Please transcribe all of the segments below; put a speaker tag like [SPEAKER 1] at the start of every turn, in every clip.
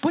[SPEAKER 1] 不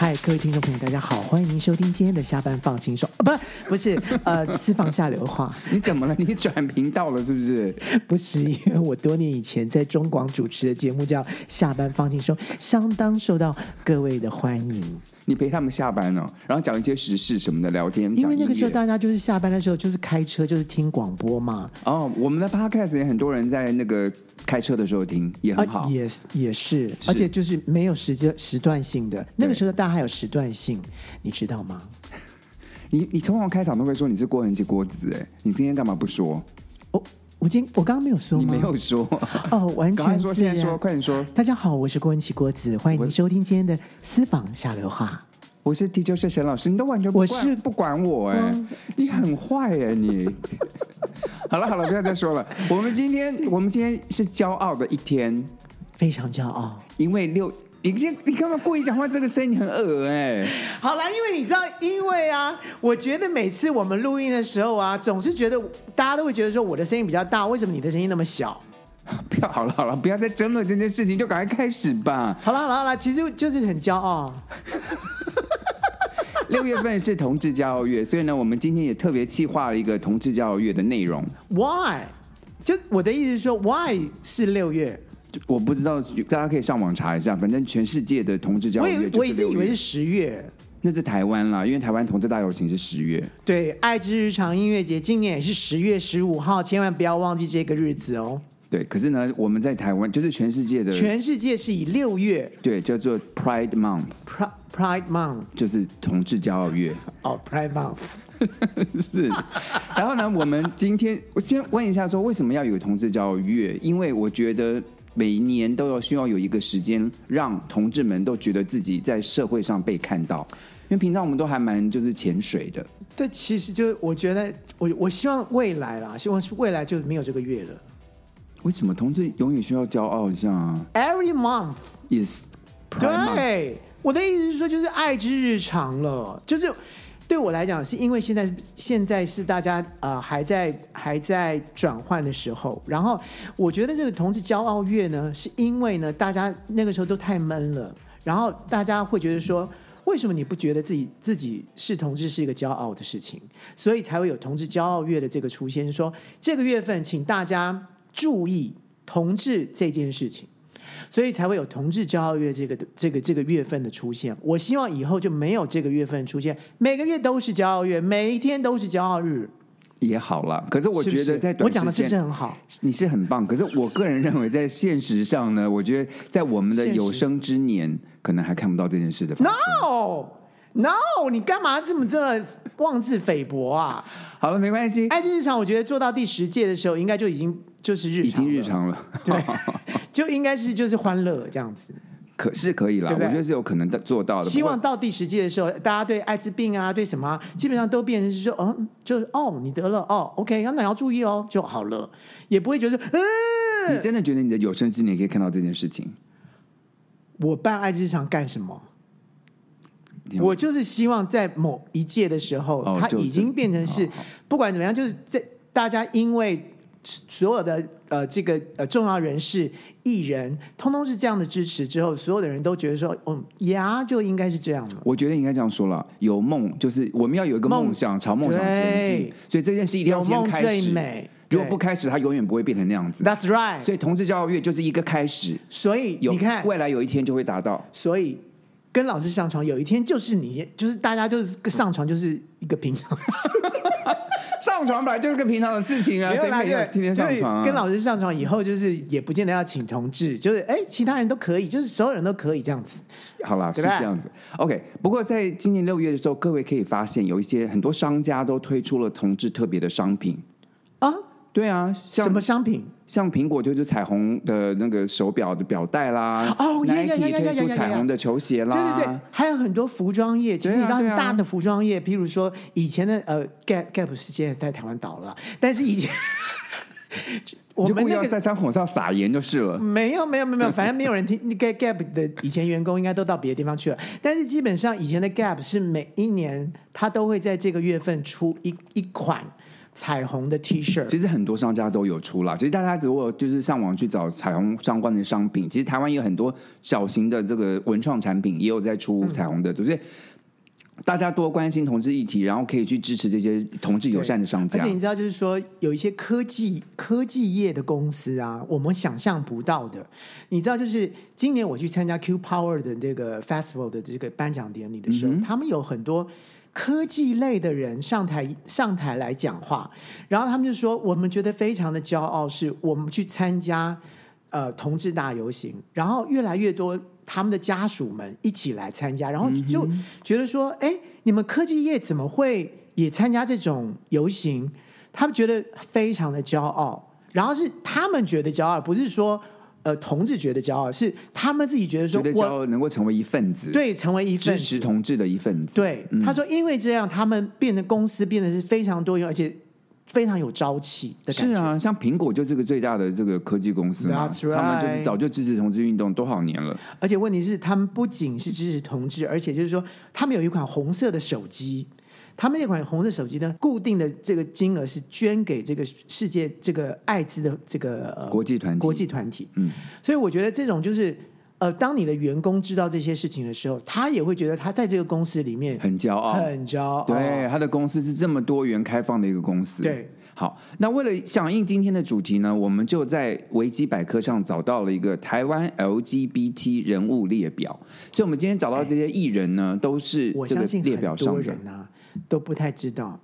[SPEAKER 1] 嗨，各位听众朋友，大家好，欢迎收听今天的下班放轻松，啊不，不是，呃， 私房下流话，
[SPEAKER 2] 你怎么了？你转频道了是不是？
[SPEAKER 1] 不是因为我多年以前在中广主持的节目叫《下班放轻松》，相当受到各位的欢迎。
[SPEAKER 2] 你陪他们下班哦，然后讲一些时事什么的，聊天。
[SPEAKER 1] 因为
[SPEAKER 2] 讲
[SPEAKER 1] 那个
[SPEAKER 2] 音
[SPEAKER 1] 时候
[SPEAKER 2] 乐
[SPEAKER 1] 大家就是下班的时候就是开车就是听广播嘛，
[SPEAKER 2] 哦，我们的 podcast 也很多人在那个开车的时候听，也很好。
[SPEAKER 1] 啊，也是也是，而且就是没有时间时段性的。那个时候大家还有时段性，你知道吗？
[SPEAKER 2] 你你通常开场都会说你是郭恒杰郭子，哎，你今天干嘛不说？
[SPEAKER 1] 我哦我今我刚刚没有说
[SPEAKER 2] 你
[SPEAKER 1] 吗？
[SPEAKER 2] 没有说，
[SPEAKER 1] 哦， 完
[SPEAKER 2] 赶快
[SPEAKER 1] 全
[SPEAKER 2] 说，
[SPEAKER 1] 自
[SPEAKER 2] 现
[SPEAKER 1] 然。
[SPEAKER 2] 在说，快点说。
[SPEAKER 1] 大家好，我是郭文琪郭子，欢迎您收听今天的私房下流话。
[SPEAKER 2] 我是地球社沈老师，你都完全不
[SPEAKER 1] 我
[SPEAKER 2] 管
[SPEAKER 1] 是
[SPEAKER 2] 不管我哎、你很坏 哎、你。好了好了，不要再说了。我们今天我们今天是骄傲的一天，
[SPEAKER 1] 非常骄傲。
[SPEAKER 2] 因为六，你这你干嘛故意讲话？这个声音你很恶哎、
[SPEAKER 1] 好啦，因为你知道，因为啊，我觉得每次我们录音的时候啊，总是觉得大家都会觉得说我的声音比较大，为什么你的声音那么小？
[SPEAKER 2] 不要好了好了，不要再争论这件事情，就赶快开始 吧。
[SPEAKER 1] 好啦好啦好啦，其实就是很骄傲。
[SPEAKER 2] 六月份是同志骄傲月，所以呢，我们今天也特别计划了一个同志骄傲月的内容。
[SPEAKER 1] Why？就我的意思是说，Why 是六月？
[SPEAKER 2] 就我不知道，大家可以上网查一下，反正全世界的同志骄傲
[SPEAKER 1] 我以
[SPEAKER 2] 月就
[SPEAKER 1] 我
[SPEAKER 2] 是
[SPEAKER 1] 一直
[SPEAKER 2] 六
[SPEAKER 1] 以为
[SPEAKER 2] 月
[SPEAKER 1] 是，十月。
[SPEAKER 2] 那是台湾啦，因为台湾同志大游行是十月。
[SPEAKER 1] 对，爱之日常音乐节今年也是十月十五号，千万不要忘记这个日子哦。
[SPEAKER 2] 对，可是呢，我们在台湾就是全世界的
[SPEAKER 1] 全世界是以六月
[SPEAKER 2] 对叫做 Pride Month，
[SPEAKER 1] Pri- Pride Month
[SPEAKER 2] 就是同志骄 傲月，
[SPEAKER 1] 哦，Pride Month。
[SPEAKER 2] 是。然后呢，我们今天我先问一下，说为什么要有同志骄傲月？因为我觉得每年都要需要有一个时间，让同志们都觉得自己在社会上被看到。因为平常我们都还蛮就是潜水的，
[SPEAKER 1] 但其实就我觉得，我我希望未来啦，希望是未来就没有这个月了。
[SPEAKER 2] 为什么同志永远需要骄傲一下啊
[SPEAKER 1] Every month，
[SPEAKER 2] ？Is Pride Month
[SPEAKER 1] 对，我的意思是说，就是爱之日常了，就是。对我来讲，是因为现在现在是大家呃还在还在转换的时候，然后我觉得这个同志骄傲月呢，是因为呢大家那个时候都太闷了，然后大家会觉得说，为什么你不觉得自己自己是同志是一个骄傲的事情，所以才会有同志骄傲月的这个出现，说这个月份请大家注意同志这件事情。所以才会有同志骄傲月这个这个这个月份的出现。我希望以后就没有这个月份出现，每个月都是骄傲月，每一天都是骄傲日。
[SPEAKER 2] 也好了，可是我
[SPEAKER 1] 是不
[SPEAKER 2] 觉得
[SPEAKER 1] 是
[SPEAKER 2] 在
[SPEAKER 1] 我
[SPEAKER 2] 短
[SPEAKER 1] 讲的
[SPEAKER 2] 时
[SPEAKER 1] 是不
[SPEAKER 2] 间
[SPEAKER 1] 是很好？
[SPEAKER 2] 你是很棒，可是我个人认为，在现实上呢，我觉得在我们的
[SPEAKER 1] 现实
[SPEAKER 2] 有生之年，可能还看不到这件事的发生。
[SPEAKER 1] No No，你干嘛这么这么妄自菲薄啊？
[SPEAKER 2] 好了，没关系，
[SPEAKER 1] 爱之日常，我觉得做到第十届的时候，应该就已经就是日常，
[SPEAKER 2] 已经日，常了，
[SPEAKER 1] 对，就应该是就是欢乐这样子。
[SPEAKER 2] 可是可以啦，
[SPEAKER 1] 对不对
[SPEAKER 2] 我觉得是有可能的做到的。
[SPEAKER 1] 希
[SPEAKER 2] 不过
[SPEAKER 1] 望到第十届的时候，大家对艾滋病啊，对什么啊、基本上都变成是说，嗯，就是哦，你得了，哦，OK，那你要注意哦，就好了，也不会觉得，
[SPEAKER 2] 你
[SPEAKER 1] 嗯，
[SPEAKER 2] 真的觉得你的有生之年可以看到这件事情，
[SPEAKER 1] 我办艾滋日常干什么？
[SPEAKER 2] 你
[SPEAKER 1] 我就是希望在某一届的时候，
[SPEAKER 2] 哦
[SPEAKER 1] 它
[SPEAKER 2] 就哦
[SPEAKER 1] 已经变成是
[SPEAKER 2] 好好
[SPEAKER 1] 不管怎么样，就是在大家因为所有的呃这个呃重要人士、艺人，通通是这样的支持之后，所有的人都觉得说，嗯，呀，就应该是这样的。
[SPEAKER 2] 我觉得应该这样说了，有梦就是我们要有一个梦
[SPEAKER 1] 梦
[SPEAKER 2] 想，朝梦想前进
[SPEAKER 1] 对。
[SPEAKER 2] 所以这件事一定要
[SPEAKER 1] 有
[SPEAKER 2] 先
[SPEAKER 1] 梦
[SPEAKER 2] 开
[SPEAKER 1] 最
[SPEAKER 2] 始。
[SPEAKER 1] 美。
[SPEAKER 2] 如果不
[SPEAKER 1] 对
[SPEAKER 2] 开始，它永远不会变成那样子。
[SPEAKER 1] ，That's right。
[SPEAKER 2] 所以同志教育就是一个开始，
[SPEAKER 1] 所以
[SPEAKER 2] 有
[SPEAKER 1] 你看，
[SPEAKER 2] 未来有一天就会达到。
[SPEAKER 1] 所以跟老师上床，有一天就是你，就是大家就是上床就是一个平常事，
[SPEAKER 2] 上床本来就是个平常的事情啊，
[SPEAKER 1] 没有
[SPEAKER 2] 谁
[SPEAKER 1] 啦，
[SPEAKER 2] 每
[SPEAKER 1] 就
[SPEAKER 2] 天
[SPEAKER 1] 是
[SPEAKER 2] 天天上床、啊？
[SPEAKER 1] 跟老师上床以后，就是也不见得要请同志，就是哎，其他人都可以，就是所有人都可以这样子。
[SPEAKER 2] 好啦，是
[SPEAKER 1] 对吧
[SPEAKER 2] 这样子。OK，不过在今年六月的时候，各位可以发现有一些很多商家都推出了同志特别的商品
[SPEAKER 1] 啊。
[SPEAKER 2] 对啊，
[SPEAKER 1] 什
[SPEAKER 2] 像
[SPEAKER 1] 么商品？
[SPEAKER 2] 像苹果推出彩虹的那个手表的表带啦，
[SPEAKER 1] 哦呀呀
[SPEAKER 2] Nike
[SPEAKER 1] 呀呀
[SPEAKER 2] 推
[SPEAKER 1] 呀
[SPEAKER 2] 出
[SPEAKER 1] 呀呀
[SPEAKER 2] 彩虹的球鞋啦，
[SPEAKER 1] 对对对，还有很多服装业，其实
[SPEAKER 2] 对啊
[SPEAKER 1] 你知道
[SPEAKER 2] 对啊
[SPEAKER 1] 很大的服装业，譬如说 以前的呃 Gap Gap 是现在在台湾倒了啦，但是以前。我
[SPEAKER 2] 你就
[SPEAKER 1] 们
[SPEAKER 2] 故意
[SPEAKER 1] 那
[SPEAKER 2] 要
[SPEAKER 1] 个
[SPEAKER 2] 在伤口上撒盐就是了。
[SPEAKER 1] 没有没有没 有没有，反正没有人听 Gap Gap 的以前员工应该都到别的地方去了，但是基本上以前的 Gap 是每一年他都会在这个月份出一一款彩虹的 T 恤，
[SPEAKER 2] 其实很多商家都有出啦，其实大家如果就是上网去找彩虹相关的商品，其实台湾也有很多小型的这个文创产品也有在出
[SPEAKER 1] 嗯
[SPEAKER 2] 彩虹的，就是大家多关心同志议题，然后可以去支持这些同志友善的商
[SPEAKER 1] 而
[SPEAKER 2] 家
[SPEAKER 1] 且。你知道，就是说有一些科技科技业的公司啊，我们想象不到的。你知道，就是今年我去参加 Q Power 的这个 Festival 的这个颁奖典礼的时候，他们有很多。科技类的人上台上台来讲话，然后他们就说，我们觉得非常的骄傲，是我们去参加呃同志大游行，然后越来越多他们的家属们一起来参加，然后就
[SPEAKER 2] 嗯
[SPEAKER 1] 觉得说，哎、你们科技业怎么会也参加这种游行？他们觉得非常的骄傲，然后是他们觉得骄傲，不是说呃同志觉得骄傲，是他们自己觉得说
[SPEAKER 2] 觉得骄
[SPEAKER 1] 我
[SPEAKER 2] 傲能够成为一份子，
[SPEAKER 1] 对成为一份子
[SPEAKER 2] 支持同志嗯的一份子。
[SPEAKER 1] 对，他说因为这样，他们变得公司变得是非常多元，而且非常有朝气的感
[SPEAKER 2] 是
[SPEAKER 1] 觉。
[SPEAKER 2] 啊，像苹果就是个最大的这个科技公司嘛
[SPEAKER 1] That's right
[SPEAKER 2] 他们就是早就支持同志运动多少年了。
[SPEAKER 1] 而且问题是，他们不仅是支持同志，而且就是说，他们有一款红色的手机。他们那款红色手机呢，固定的这个金额是捐给这个世界这个艾滋的这个、呃、
[SPEAKER 2] 国际团体
[SPEAKER 1] 国际团体。
[SPEAKER 2] 嗯，
[SPEAKER 1] 所以我觉得这种就是呃，当你的员工知道这些事情的时候，他也会觉得他在这个公司里面
[SPEAKER 2] 很骄傲，
[SPEAKER 1] 很骄傲。
[SPEAKER 2] 对，他的公司是这么多元开放的一个公司。
[SPEAKER 1] 对，
[SPEAKER 2] 好，那为了响应今天的主题呢，我们就在维基百科上找到了一个台湾 LGBT 人物列表，所以我们今天找到这些艺人呢，都是
[SPEAKER 1] 哎我
[SPEAKER 2] 这
[SPEAKER 1] 相
[SPEAKER 2] 个
[SPEAKER 1] 信
[SPEAKER 2] 列表
[SPEAKER 1] 很多
[SPEAKER 2] 上的
[SPEAKER 1] 人。啊都不太知道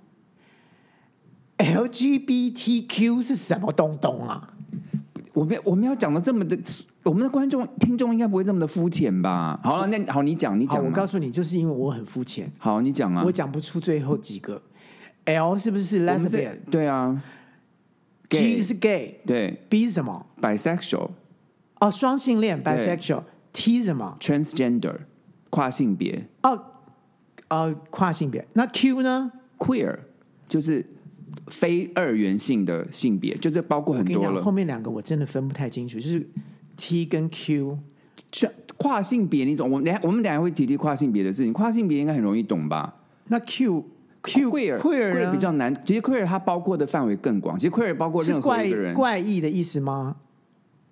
[SPEAKER 1] LGBTQ 是什么东东啊。
[SPEAKER 2] 我们我们要讲的这么的，我们的观众听众应该不会这么的肤浅吧？好了，那好，你讲，你
[SPEAKER 1] 好，
[SPEAKER 2] 讲
[SPEAKER 1] 我
[SPEAKER 2] 嘛，
[SPEAKER 1] 告诉你，就是因为我很肤浅，
[SPEAKER 2] 好，你讲啊，
[SPEAKER 1] 我讲不出最后几个。L 是不是
[SPEAKER 2] 我们是
[SPEAKER 1] lesbian？G
[SPEAKER 2] 对啊 gay
[SPEAKER 1] 是 gay，B
[SPEAKER 2] 对
[SPEAKER 1] 是什么？
[SPEAKER 2] bisexual、
[SPEAKER 1] 哦，双性恋
[SPEAKER 2] 对
[SPEAKER 1] bisexual。T 是什么？
[SPEAKER 2] transgender、跨性别、
[SPEAKER 1] 哦，呃，跨性别。那 Q 呢？
[SPEAKER 2] queer 就是非二元性的性别，就是包括
[SPEAKER 1] 我
[SPEAKER 2] 很
[SPEAKER 1] 跟你
[SPEAKER 2] 多
[SPEAKER 1] 讲，后
[SPEAKER 2] 了。
[SPEAKER 1] 面两个我真的分不太清楚，就是 T 跟 Q。
[SPEAKER 2] 这跨性别，你总我们等一下我们等一下会提提跨性别的事情。跨性别应该很容易懂吧哦
[SPEAKER 1] 那 Q Q
[SPEAKER 2] queer
[SPEAKER 1] queer 啊呢
[SPEAKER 2] 比较难。其实 queer 它包括的范围更广，其实 queer 包括
[SPEAKER 1] 是
[SPEAKER 2] 任何
[SPEAKER 1] 怪
[SPEAKER 2] 一个人，
[SPEAKER 1] 怪异的意思吗？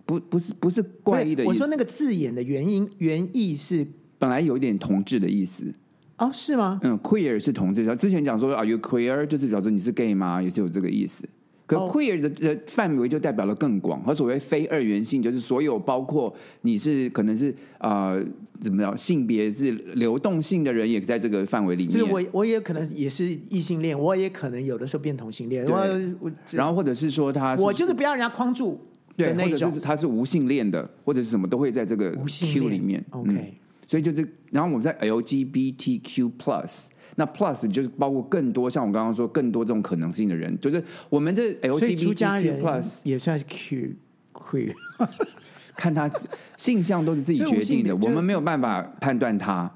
[SPEAKER 2] 不不是不是怪异的
[SPEAKER 1] 不
[SPEAKER 2] 意
[SPEAKER 1] 是我说
[SPEAKER 2] 思，
[SPEAKER 1] 那个字眼的原因原意是
[SPEAKER 2] 本来有一点同志的意思。
[SPEAKER 1] 哦，是吗？
[SPEAKER 2] 嗯，queer 是同志，之前讲说 are you queer 就是表示你是 gay 吗？也是有这个意思。可
[SPEAKER 1] 哦
[SPEAKER 2] queer 的的范围就代表了更广，和所谓非二元性，就是所有包括你是可能是呃怎么样性别是流动性的人，也在这个范围里
[SPEAKER 1] 就是
[SPEAKER 2] 面。
[SPEAKER 1] 我我也可能也是异性恋，我也可能有的时候变同性恋，
[SPEAKER 2] 对
[SPEAKER 1] 我我
[SPEAKER 2] 然后或者是说他是
[SPEAKER 1] 我就是不要人家框住的
[SPEAKER 2] 对，
[SPEAKER 1] 那
[SPEAKER 2] 或者
[SPEAKER 1] 种
[SPEAKER 2] 是他是无性恋的，或者是什么都会在这个
[SPEAKER 1] 无性
[SPEAKER 2] Q
[SPEAKER 1] 恋
[SPEAKER 2] 里面。嗯
[SPEAKER 1] OK，、
[SPEAKER 2] 所以就是，然后我们在 LGBTQ plus，那 plus 就是包括更多像我刚刚说更多这种可能性的人，就是我们这
[SPEAKER 1] 所以出家
[SPEAKER 2] LGBTQ
[SPEAKER 1] 人
[SPEAKER 2] plus
[SPEAKER 1] 也算是 Q queer，
[SPEAKER 2] 看他自性向都是自己决定 的，
[SPEAKER 1] 所以无性恋就
[SPEAKER 2] 我们没有办法判断他，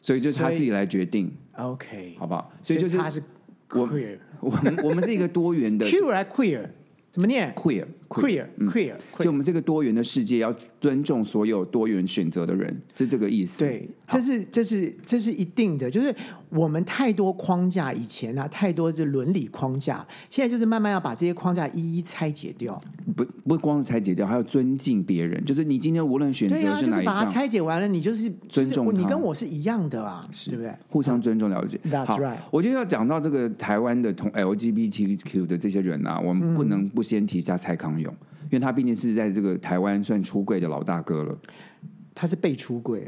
[SPEAKER 2] 所以就是他
[SPEAKER 1] 所以
[SPEAKER 2] 自己来决定，
[SPEAKER 1] OK，
[SPEAKER 2] 好不好？所以就是
[SPEAKER 1] 他是
[SPEAKER 2] 我
[SPEAKER 1] queer
[SPEAKER 2] 我们我们是一个多元的
[SPEAKER 1] Q 来 queer 怎么念
[SPEAKER 2] queer 嗯
[SPEAKER 1] queer queer
[SPEAKER 2] 所以我们这个多元的世界要尊重所有多元选择的人，是这个意思。
[SPEAKER 1] 对，这是这是这是一定的，就是我们太多框架，以前啊太多这伦理框架，现在就是慢慢要把这些框架一一拆解掉。
[SPEAKER 2] 不不光是拆解掉，还要尊敬别人。就是你今天无论选择
[SPEAKER 1] 对啊，
[SPEAKER 2] 是
[SPEAKER 1] 就
[SPEAKER 2] 哪
[SPEAKER 1] 是
[SPEAKER 2] 一
[SPEAKER 1] 把它
[SPEAKER 2] 项，
[SPEAKER 1] 拆解完了，你就是
[SPEAKER 2] 尊重
[SPEAKER 1] 就是我你
[SPEAKER 2] 它
[SPEAKER 1] 跟我是一样的啊，对不对？
[SPEAKER 2] 互相尊重了解。
[SPEAKER 1] That's
[SPEAKER 2] 好
[SPEAKER 1] right
[SPEAKER 2] 我就要讲到这个台湾的同 LGBTQ 的这些人啊，我们不能不先提一下蔡康永，因为他毕竟是在这个台湾算出柜的老大哥了。
[SPEAKER 1] 他是被出柜，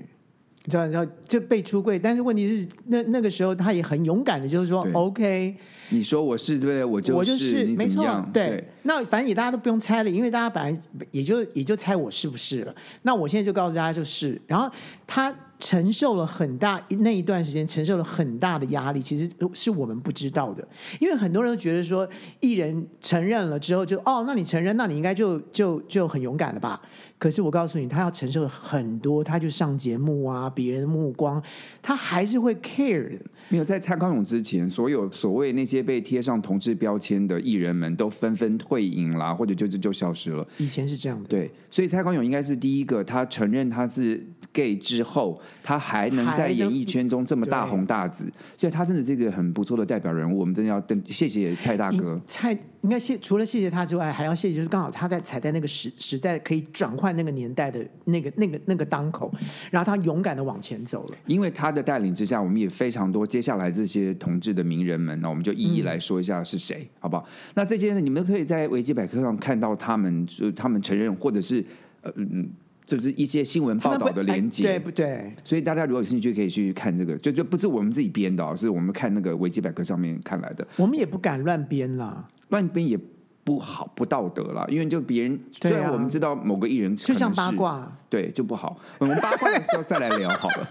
[SPEAKER 1] 你知道，你知道就被出柜，但是问题是，那那个时候他也很勇敢的，就是说
[SPEAKER 2] 对
[SPEAKER 1] ，OK，
[SPEAKER 2] 你说我是对，我就是
[SPEAKER 1] 我就是
[SPEAKER 2] 你
[SPEAKER 1] 没
[SPEAKER 2] 怎
[SPEAKER 1] 错
[SPEAKER 2] 么样？，
[SPEAKER 1] 对。那反正也大家都不用猜了，因为大家本来也就也就猜我是不是了。那我现在就告诉大家就是，然后他承受了很大那一段时间承受了很大的压力，其实是我们不知道的，因为很多人都觉得说艺人承认了之后就哦，那你承认，那你应该就就就很勇敢了吧？可是我告诉你，他要承受很多，他就上节目啊，别人的目光，他还是会 care 的。
[SPEAKER 2] 没有在蔡康永之前，所有所谓那些被贴上同志标签的艺人们，都纷纷退隐啦，或者就就就消失了。
[SPEAKER 1] 以前是这样的，
[SPEAKER 2] 对，所以蔡康永应该是第一个，他承认他是 gay 之后，他还能在
[SPEAKER 1] 还能
[SPEAKER 2] 演艺圈中这么大
[SPEAKER 1] 对
[SPEAKER 2] 红大紫，所以他真的是一个很不错的代表人物。我们真的要等谢谢蔡大哥
[SPEAKER 1] 应。蔡应该谢除了谢谢他之外，还要谢谢就是刚好他在踩在那个时时代可以转换那个年代的那个那个那个当口，然后他勇敢的往前走了。
[SPEAKER 2] 因为他的带领之下，我们也非常多接下来这些同志的名人们，那我们就一
[SPEAKER 1] 嗯
[SPEAKER 2] 一来说一下是谁，好不好？那这些呢，你们可以在维基百科上看到他们，就是他们承认或者是呃嗯，就是一些新闻报道的连接，
[SPEAKER 1] 哎对不对？
[SPEAKER 2] 所以大家如果有兴趣，可以去看这个，就就不是我们自己编的、哦，是我们看那个维基百科上面看来的，
[SPEAKER 1] 我们也不敢乱编啦，
[SPEAKER 2] 乱编也不好，不道德啦，因为就别人、
[SPEAKER 1] 对
[SPEAKER 2] 虽
[SPEAKER 1] 啊
[SPEAKER 2] 然我们知道某个艺人可
[SPEAKER 1] 就
[SPEAKER 2] 能
[SPEAKER 1] 像八
[SPEAKER 2] 是，
[SPEAKER 1] 卦。
[SPEAKER 2] 对，就不好。我们八卦的时候再来聊好了，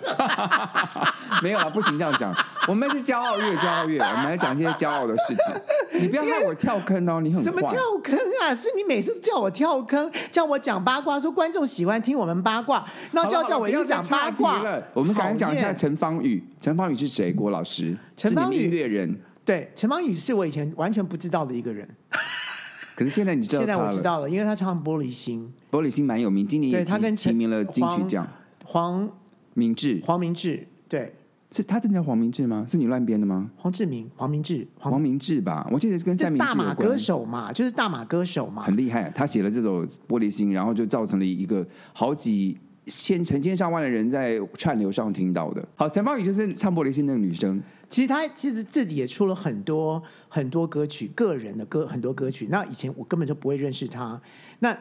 [SPEAKER 2] 没有啦，啊不行这样讲，我们是骄傲越骄傲越，我们来讲一些骄傲的事情，你不要害我跳坑哦，你很
[SPEAKER 1] 什么
[SPEAKER 2] 坏
[SPEAKER 1] 跳。坑啊？是你每次叫我跳坑，叫我讲八卦，说观众喜欢听我们八卦，那
[SPEAKER 2] 好
[SPEAKER 1] 就
[SPEAKER 2] 了
[SPEAKER 1] 要
[SPEAKER 2] 好了
[SPEAKER 1] 叫我
[SPEAKER 2] 不
[SPEAKER 1] 一
[SPEAKER 2] 要
[SPEAKER 1] 直
[SPEAKER 2] 再
[SPEAKER 1] 讲
[SPEAKER 2] 岔
[SPEAKER 1] 八
[SPEAKER 2] 题
[SPEAKER 1] 卦
[SPEAKER 2] 了。我们赶快讲一
[SPEAKER 1] 讨
[SPEAKER 2] 下
[SPEAKER 1] 厌
[SPEAKER 2] 陈芳宇，陈芳宇是谁？郭老师，
[SPEAKER 1] 陈芳宇
[SPEAKER 2] 是你们音乐人，
[SPEAKER 1] 对，陈芳宇是我以前完全不知道的一个人，
[SPEAKER 2] 可是现在你知道
[SPEAKER 1] 现在
[SPEAKER 2] 他
[SPEAKER 1] 我
[SPEAKER 2] 了
[SPEAKER 1] 知。道了，因为他唱《玻璃心
[SPEAKER 2] 玻璃心蛮有名，今年也
[SPEAKER 1] 对
[SPEAKER 2] 提
[SPEAKER 1] 他跟
[SPEAKER 2] 提
[SPEAKER 1] 陈
[SPEAKER 2] 名了金曲奖。》，
[SPEAKER 1] 黄
[SPEAKER 2] 明志
[SPEAKER 1] 黄明志，对，
[SPEAKER 2] 是他真的叫黄明志吗？是你乱编的吗？
[SPEAKER 1] 黄志明，黄明志，黄
[SPEAKER 2] 黄明志吧，我记得是跟
[SPEAKER 1] 这
[SPEAKER 2] 三明
[SPEAKER 1] 大
[SPEAKER 2] 治有
[SPEAKER 1] 马歌
[SPEAKER 2] 关。
[SPEAKER 1] 手嘛，就是大马歌手嘛，
[SPEAKER 2] 很厉害，他写了这首《玻璃心》，然后就造成了一个好几千成千上万的人在串流上听到的。好，陈芳宇就是唱《玻璃心》那个女生，
[SPEAKER 1] 其实他其实自己也出了很多很多歌曲，个人的歌很多歌曲。那以前我根本就不会认识他，那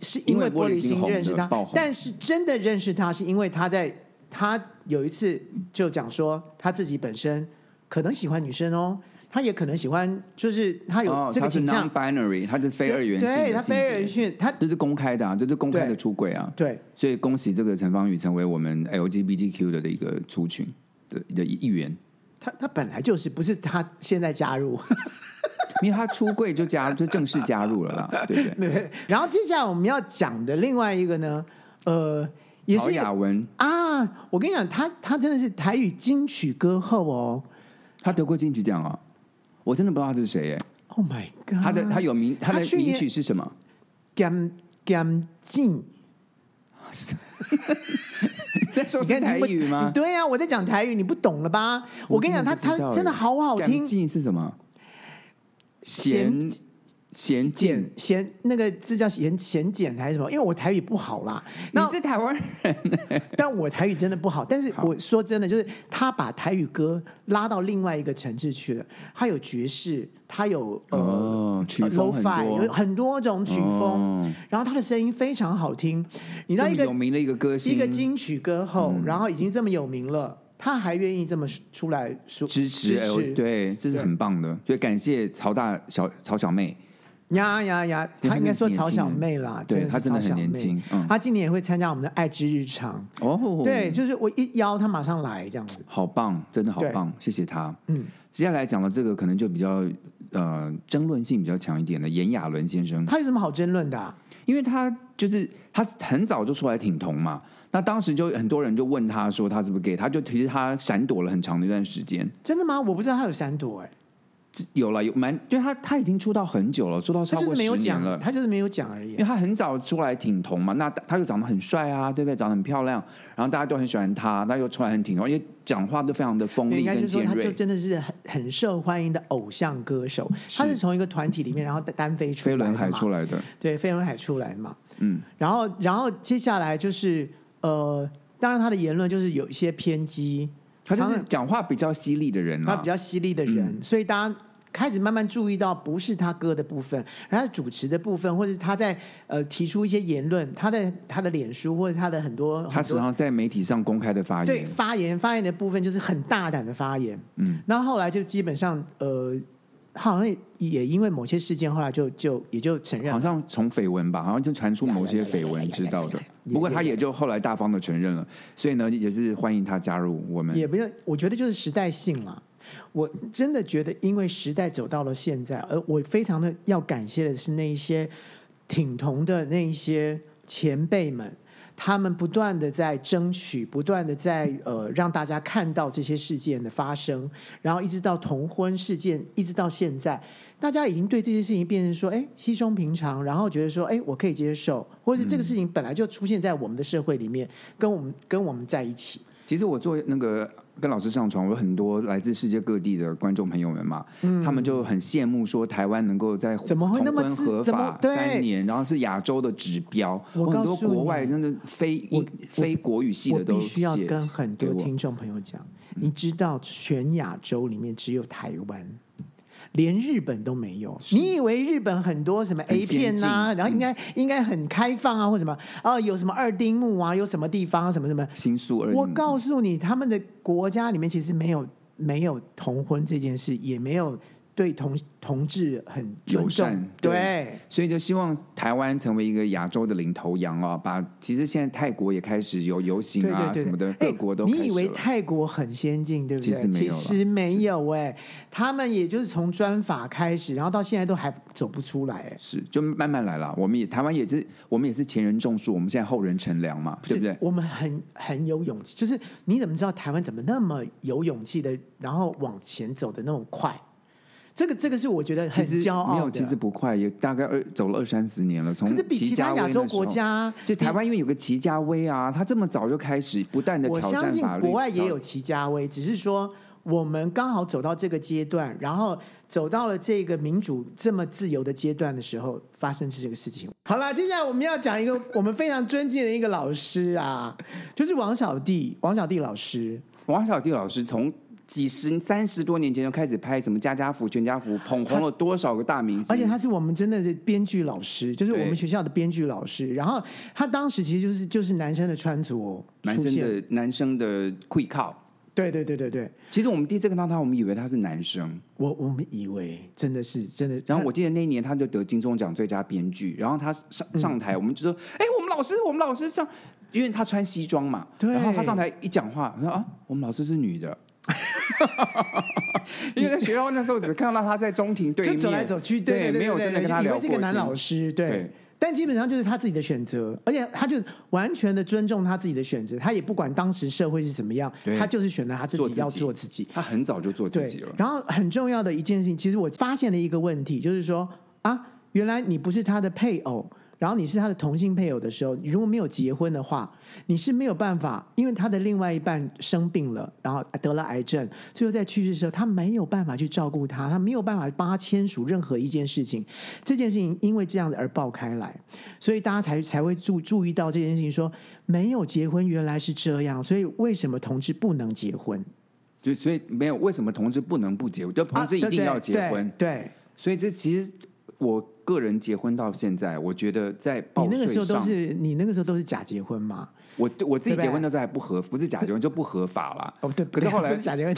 [SPEAKER 1] 是因为
[SPEAKER 2] 因为玻
[SPEAKER 1] 玻
[SPEAKER 2] 璃
[SPEAKER 1] 璃
[SPEAKER 2] 心
[SPEAKER 1] 心
[SPEAKER 2] 红的
[SPEAKER 1] 认识他
[SPEAKER 2] 爆红，
[SPEAKER 1] 但是真的认识他是因为他在他有一次就讲说他自己本身可能喜欢女生哦，他也可能喜欢，就是他有
[SPEAKER 2] 哦，
[SPEAKER 1] 这个
[SPEAKER 2] 她是
[SPEAKER 1] 倾向，
[SPEAKER 2] non-binary，她是非二元性的
[SPEAKER 1] 对他
[SPEAKER 2] 性
[SPEAKER 1] 非
[SPEAKER 2] 别
[SPEAKER 1] 二元，性，他
[SPEAKER 2] 这是公开的、啊，这是公开的
[SPEAKER 1] 对
[SPEAKER 2] 出轨啊。
[SPEAKER 1] 对
[SPEAKER 2] 所以恭喜这个陈芳宇成为我们 LGBTQ 的一个族群的的一员。
[SPEAKER 1] 他他本来就是不是他现在加入。
[SPEAKER 2] 因为他出柜就加就正式加入了 啦，对不对？
[SPEAKER 1] 对然后接下来我们要讲的另外一个呢，呃，也
[SPEAKER 2] 曹
[SPEAKER 1] 是
[SPEAKER 2] 雅文，
[SPEAKER 1] 啊，我跟你讲，他他真的是台语金曲歌后哦。
[SPEAKER 2] 他得过金曲奖啊、我真的不知道他是谁耶。
[SPEAKER 1] Oh my god！
[SPEAKER 2] 他的他有名，他的
[SPEAKER 1] 他去
[SPEAKER 2] 名
[SPEAKER 1] 年
[SPEAKER 2] 曲是什么？
[SPEAKER 1] 干干净，
[SPEAKER 2] 那时候
[SPEAKER 1] 你
[SPEAKER 2] 是
[SPEAKER 1] 看
[SPEAKER 2] 台
[SPEAKER 1] 听不
[SPEAKER 2] 语吗
[SPEAKER 1] 你？对呀、啊，我在讲台语，你不懂了吧？我跟你讲，他
[SPEAKER 2] 真的
[SPEAKER 1] 他
[SPEAKER 2] 不知道哎耶
[SPEAKER 1] 真的好好听
[SPEAKER 2] 干，净是什么？
[SPEAKER 1] 弦
[SPEAKER 2] 弦弦键。
[SPEAKER 1] 弦那个字叫弦弦简还是什么？因为我台语不好啦。
[SPEAKER 2] 你
[SPEAKER 1] 那
[SPEAKER 2] 是台湾人，
[SPEAKER 1] 但我台语真的不好，但是
[SPEAKER 2] 好
[SPEAKER 1] 我说真的，就是他把台语歌拉到另外一个层次去了。他有爵士，他有呃、
[SPEAKER 2] 哦曲风很
[SPEAKER 1] lo-fi，
[SPEAKER 2] 多
[SPEAKER 1] 有很多种曲风，
[SPEAKER 2] 哦
[SPEAKER 1] 然后他的声音非常好听。你知道
[SPEAKER 2] 这
[SPEAKER 1] 一个
[SPEAKER 2] 么嗯有名的一个歌星，
[SPEAKER 1] 一个金曲歌后，然后已经这么有名了，他还愿意这么出来说
[SPEAKER 2] 支持
[SPEAKER 1] 支
[SPEAKER 2] L，
[SPEAKER 1] 持，
[SPEAKER 2] 对，这是
[SPEAKER 1] 对
[SPEAKER 2] 很棒的。所以感谢曹大小曹小妹，
[SPEAKER 1] 呀呀呀！
[SPEAKER 2] 对
[SPEAKER 1] 他应该说曹小
[SPEAKER 2] 他是
[SPEAKER 1] 妹啦，
[SPEAKER 2] 欸对
[SPEAKER 1] 啊真的
[SPEAKER 2] 他
[SPEAKER 1] 是
[SPEAKER 2] 真的
[SPEAKER 1] 曹
[SPEAKER 2] 很
[SPEAKER 1] 小
[SPEAKER 2] 年
[SPEAKER 1] 妹
[SPEAKER 2] 轻嗯。
[SPEAKER 1] 他今年也会参加我们的爱之日常，
[SPEAKER 2] 哦，
[SPEAKER 1] 对，，就是我一邀他马上来这样子。
[SPEAKER 2] 好棒，真的好
[SPEAKER 1] 对
[SPEAKER 2] 棒，谢谢他。
[SPEAKER 1] 嗯，
[SPEAKER 2] 接下来讲的这个可能就比较呃争论性比较强一点的炎亚纶先生，
[SPEAKER 1] 他有什么好争论的啊、
[SPEAKER 2] 因为他就是他很早就出来挺同嘛，那当时就很多人就问他说他是不是 gay，他就其实他闪躲了很长的一段时间，
[SPEAKER 1] 真的吗？我不知道他有闪躲、哎，
[SPEAKER 2] 有了有蛮，因为他他已经出道很久了，出道
[SPEAKER 1] 他
[SPEAKER 2] 超
[SPEAKER 1] 就
[SPEAKER 2] 过
[SPEAKER 1] 是没有
[SPEAKER 2] 十年
[SPEAKER 1] 讲，
[SPEAKER 2] 了。
[SPEAKER 1] 他就是没有讲而
[SPEAKER 2] 因
[SPEAKER 1] 已
[SPEAKER 2] 为。他很早出来挺同嘛，那他又长得很帅啊，对不对？长得很漂亮，然后大家都很喜欢他，他又出来很挺同，因为讲话都非常的锋
[SPEAKER 1] 应
[SPEAKER 2] 利
[SPEAKER 1] 该
[SPEAKER 2] 跟
[SPEAKER 1] 是说，
[SPEAKER 2] 尖
[SPEAKER 1] 他就
[SPEAKER 2] 锐，
[SPEAKER 1] 真的是很很受欢迎的偶像歌手。他是从一个团体里面，然后单飞出
[SPEAKER 2] 飞
[SPEAKER 1] 来的
[SPEAKER 2] 轮
[SPEAKER 1] 嘛，
[SPEAKER 2] 海出来的。
[SPEAKER 1] 对，飞轮海出来的嘛。
[SPEAKER 2] 嗯，
[SPEAKER 1] 然后，然后接下来就是呃，当然他的言论就是有一些偏激，
[SPEAKER 2] 他就
[SPEAKER 1] 常
[SPEAKER 2] 是
[SPEAKER 1] 常
[SPEAKER 2] 讲话比较犀利的人啊啦、
[SPEAKER 1] 他比较犀利的
[SPEAKER 2] 嗯
[SPEAKER 1] 人，所以大家开始慢慢注意到，不是他歌的部分，而他主持的部分，或者是他在呃提出一些言论，他的他的脸书或者他的很多
[SPEAKER 2] 他
[SPEAKER 1] 很
[SPEAKER 2] 时
[SPEAKER 1] 多
[SPEAKER 2] 常在媒体上公开的发
[SPEAKER 1] 对
[SPEAKER 2] 言，
[SPEAKER 1] 发言发言的部分就是很大胆的发言，
[SPEAKER 2] 嗯，
[SPEAKER 1] 然后后来就基本上呃好像也也因为某些事件，后来就就也就承认
[SPEAKER 2] 好
[SPEAKER 1] 了。
[SPEAKER 2] 像从绯闻吧，好像就传出某些绯闻知道的。不过他也就后来大方的承认了，所以呢，也是欢迎他加入我们。
[SPEAKER 1] 也不是，我觉得就是时代性了。我真的觉得，因为时代走到了现在，而我非常的要感谢的是那一些挺同的那一些前辈们，他们不断的在争取，不断的在呃让大家看到这些事件的发生，然后一直到同婚事件，一直到现在，大家已经对这些事情变成说，哎，稀松平常，然后觉得说，哎，我可以接受，或者是这个事情本来就出现在我们的社会里面，跟我们跟我们在一起。
[SPEAKER 2] 其实我做那个跟老师上床，我有很多来自世界各地的观众朋友们嘛，他们就很羡慕说台湾能够在
[SPEAKER 1] 嗯怎么会那么
[SPEAKER 2] 同
[SPEAKER 1] 自
[SPEAKER 2] 婚合
[SPEAKER 1] 怎么
[SPEAKER 2] 法
[SPEAKER 1] 对
[SPEAKER 2] 三年，然后是亚洲的指标。
[SPEAKER 1] 我
[SPEAKER 2] 很
[SPEAKER 1] 告诉
[SPEAKER 2] 多国
[SPEAKER 1] 你
[SPEAKER 2] 外真的非
[SPEAKER 1] 我
[SPEAKER 2] 英非国语系
[SPEAKER 1] 我
[SPEAKER 2] 的都
[SPEAKER 1] 必须要
[SPEAKER 2] 写
[SPEAKER 1] 跟很多
[SPEAKER 2] 给我嗯
[SPEAKER 1] 听众朋友讲，你知道全亚洲里面只有台湾。连日本都没有，你以为日本很多什么
[SPEAKER 2] 很
[SPEAKER 1] A 片呐、
[SPEAKER 2] 先进嗯
[SPEAKER 1] 然后应该、应该很开放啊，或什么啊，有什么二丁目啊，有什么地方啊，什么什么？
[SPEAKER 2] 新宿二
[SPEAKER 1] 我
[SPEAKER 2] 零
[SPEAKER 1] 告诉你，他们的国家里面其实没有没有同婚这件事，也没有对同同志很尊
[SPEAKER 2] 友
[SPEAKER 1] 重
[SPEAKER 2] 善，
[SPEAKER 1] 对。
[SPEAKER 2] 所以就希望台湾成为一个亚洲的领头羊啊！把其实现在泰国也开始有游行
[SPEAKER 1] 对
[SPEAKER 2] 啊
[SPEAKER 1] 对对
[SPEAKER 2] 什么的，
[SPEAKER 1] 哎
[SPEAKER 2] 各国都开始
[SPEAKER 1] 你以为
[SPEAKER 2] 了
[SPEAKER 1] 泰国很先进，对不对？
[SPEAKER 2] 其实没有啦
[SPEAKER 1] 实没有哎、他们也就是从专法开始，然后到现在都还走不出来哎、
[SPEAKER 2] 是就慢慢来啦。我们也台湾也是，我们也是前人种树，我们现在后人乘凉嘛，对不
[SPEAKER 1] 是
[SPEAKER 2] 对？
[SPEAKER 1] 我们很很有勇气，就是你怎么知道台湾怎么那么有勇气的，然后往前走的那么快？这个这个是我觉得
[SPEAKER 2] 其
[SPEAKER 1] 很
[SPEAKER 2] 实
[SPEAKER 1] 骄傲
[SPEAKER 2] 没
[SPEAKER 1] 的。
[SPEAKER 2] 有，其实不快，也大概二走了二三十年了。从
[SPEAKER 1] 可是比其
[SPEAKER 2] 齐家
[SPEAKER 1] 他
[SPEAKER 2] 威
[SPEAKER 1] 亚洲
[SPEAKER 2] 那时候
[SPEAKER 1] 国，家，哎
[SPEAKER 2] 就台湾因为有个齐家威啊，他这么早就开始不断的
[SPEAKER 1] 我
[SPEAKER 2] 挑
[SPEAKER 1] 相
[SPEAKER 2] 战
[SPEAKER 1] 信
[SPEAKER 2] 法律，
[SPEAKER 1] 国外也有
[SPEAKER 2] 挑
[SPEAKER 1] 齐家威，只是说我们刚好走到这个阶段，然后走到了这个民主这么自由的阶段的时候，发生这个事情。好啦，接下来我们要讲一个我们非常尊敬的一个老师啊，就是王小弟，王小弟老师。
[SPEAKER 2] 王小弟老师从。几十三十多年前就开始拍什么家家福、全家福，捧红了多少个大明星？啊
[SPEAKER 1] 而且他是我们真的是编剧老师，就是我
[SPEAKER 2] 嗯对
[SPEAKER 1] 们学校的编剧老师。然后他当时其实就是就是男生的穿着
[SPEAKER 2] 男
[SPEAKER 1] 出
[SPEAKER 2] 生
[SPEAKER 1] 现，
[SPEAKER 2] 的男生的跪靠。
[SPEAKER 1] 对对对对对，
[SPEAKER 2] 其实我们第一次看到他，我们以为他是男生。
[SPEAKER 1] 我我们以为真的是真的，
[SPEAKER 2] 然后我记得那一年他就得金钟奖最佳编剧，然后他
[SPEAKER 1] 嗯
[SPEAKER 2] 上上台，我们就说：“哎、我们老师，我们老师上，因为他穿西装嘛。”
[SPEAKER 1] 对
[SPEAKER 2] 然后他上台一讲话，我说：“啊，我们老师是女的。” 因为在学校那时候只看到他在中庭对
[SPEAKER 1] 就
[SPEAKER 2] 面
[SPEAKER 1] 走来走去，对对对，
[SPEAKER 2] 没有
[SPEAKER 1] 对
[SPEAKER 2] 真
[SPEAKER 1] 对
[SPEAKER 2] 的跟他
[SPEAKER 1] 以
[SPEAKER 2] 聊
[SPEAKER 1] 为
[SPEAKER 2] 过
[SPEAKER 1] 是
[SPEAKER 2] 天。
[SPEAKER 1] 一个男老师，对。
[SPEAKER 2] 对
[SPEAKER 1] 但基本上就是他自己的选择，而且他就完全的尊重他自己的选择，他也不管当时社会是怎么样
[SPEAKER 2] 对，
[SPEAKER 1] 他就是选择他自
[SPEAKER 2] 做
[SPEAKER 1] 己
[SPEAKER 2] 自己
[SPEAKER 1] 要做自己。
[SPEAKER 2] 他很早就做自
[SPEAKER 1] 对
[SPEAKER 2] 己了，。
[SPEAKER 1] 然后很重要的一件事情，其实我发现了一个问题，就是说啊，原来你不是他的配偶，然后你是他的同性配偶的时候，你如果没有结婚的话，你是没有办法，因为他的另外一半生病了，然后得了癌症，最后在去世的时候，他没有办法去照顾他，他没有办法帮他签署任何一件事情，这件事情因为这样子而爆开来，所以大家才才会注注意到这件事情说，没有结婚原来是这样，所以为什么同志不能结婚？
[SPEAKER 2] 就所以没有为什么同志不能不结婚，就同志
[SPEAKER 1] 啊
[SPEAKER 2] 一定要
[SPEAKER 1] 对
[SPEAKER 2] 结婚。
[SPEAKER 1] 对。对
[SPEAKER 2] 所以这其实我个人结婚到现在，我觉得在报
[SPEAKER 1] 你那
[SPEAKER 2] 税
[SPEAKER 1] 个时候都
[SPEAKER 2] 上，
[SPEAKER 1] 是你那个时候都是假结婚嘛？
[SPEAKER 2] 我我自
[SPEAKER 1] 对
[SPEAKER 2] 己
[SPEAKER 1] 不
[SPEAKER 2] 结
[SPEAKER 1] 对
[SPEAKER 2] 婚那时候还不合，不是假结婚就不合 法啦。
[SPEAKER 1] 哦，对，
[SPEAKER 2] 可是后来
[SPEAKER 1] 不假结婚，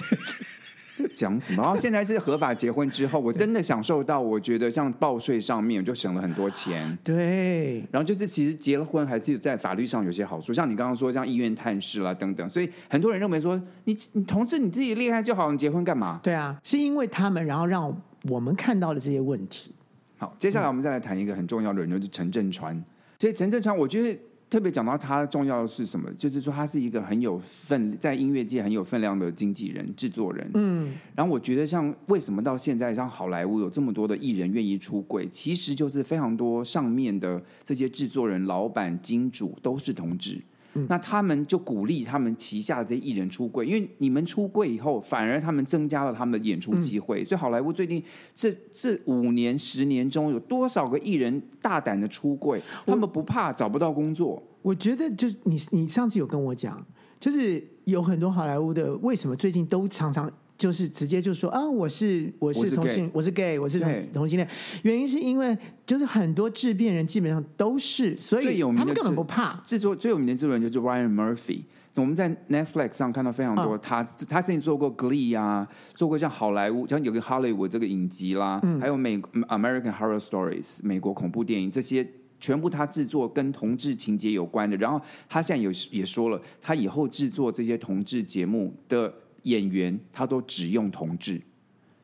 [SPEAKER 2] 讲什么？然后现在是合法结婚之后，我真的享受到，我觉得像报税上面我就省了很多钱。
[SPEAKER 1] 对，
[SPEAKER 2] 然后就是，其实结了婚还是有在法律上有些好处，像你刚刚说，像医院探视啦等等，所以很多人认为说，你你同志你自己恋爱就好，你结婚干嘛？
[SPEAKER 1] 对啊，是因为他们，然后让我们看到了这些问题。
[SPEAKER 2] 好，接下来我们再来谈一个很重要的人，就是陈振川。所以陈振川，我觉得特别讲到他重要的是什么，就是说他是一个很有分在音乐界很有分量的经纪人、制作人。嗯，然后我觉得像为什么到现在像好莱坞有这么多的艺人愿意出柜，其实就是非常多上面的这些制作人、老板、金主都是同志。那他们就鼓励他们旗下的这些艺人出柜，因为你们出柜以后，反而他们增加了他们的演出机会。所以好莱坞最近这这五年、十年中，有多少个艺人大胆的出柜？他们不怕找不到工作，
[SPEAKER 1] 我觉得就你你上次有跟我讲，就是有很多好莱坞的为什么最近都常常。就是直接就说啊，我是我
[SPEAKER 2] 我
[SPEAKER 1] 是
[SPEAKER 2] 是
[SPEAKER 1] 同
[SPEAKER 2] gay
[SPEAKER 1] 性，我是 gay，我是
[SPEAKER 2] 对
[SPEAKER 1] 同同性恋。原因是因为就是很多制片人基本上都是，所
[SPEAKER 2] 最
[SPEAKER 1] 以
[SPEAKER 2] 有名
[SPEAKER 1] 他
[SPEAKER 2] 的
[SPEAKER 1] 们根本
[SPEAKER 2] 制
[SPEAKER 1] 不怕。
[SPEAKER 2] 制作最有名的制作人就是 Ryan Murphy，我们在 Netflix 上看到非常
[SPEAKER 1] 嗯
[SPEAKER 2] 多他，他之前做过 Glee 啊，做过像好莱坞，像有个 Hollywood 这个影集啦，
[SPEAKER 1] 嗯
[SPEAKER 2] 还有美 American Horror Stories 美国恐怖电影这些。全部他制作跟同志情节有关的，然后他现在有也说了，他以后制作这些同志节目的演员，他都只用同志，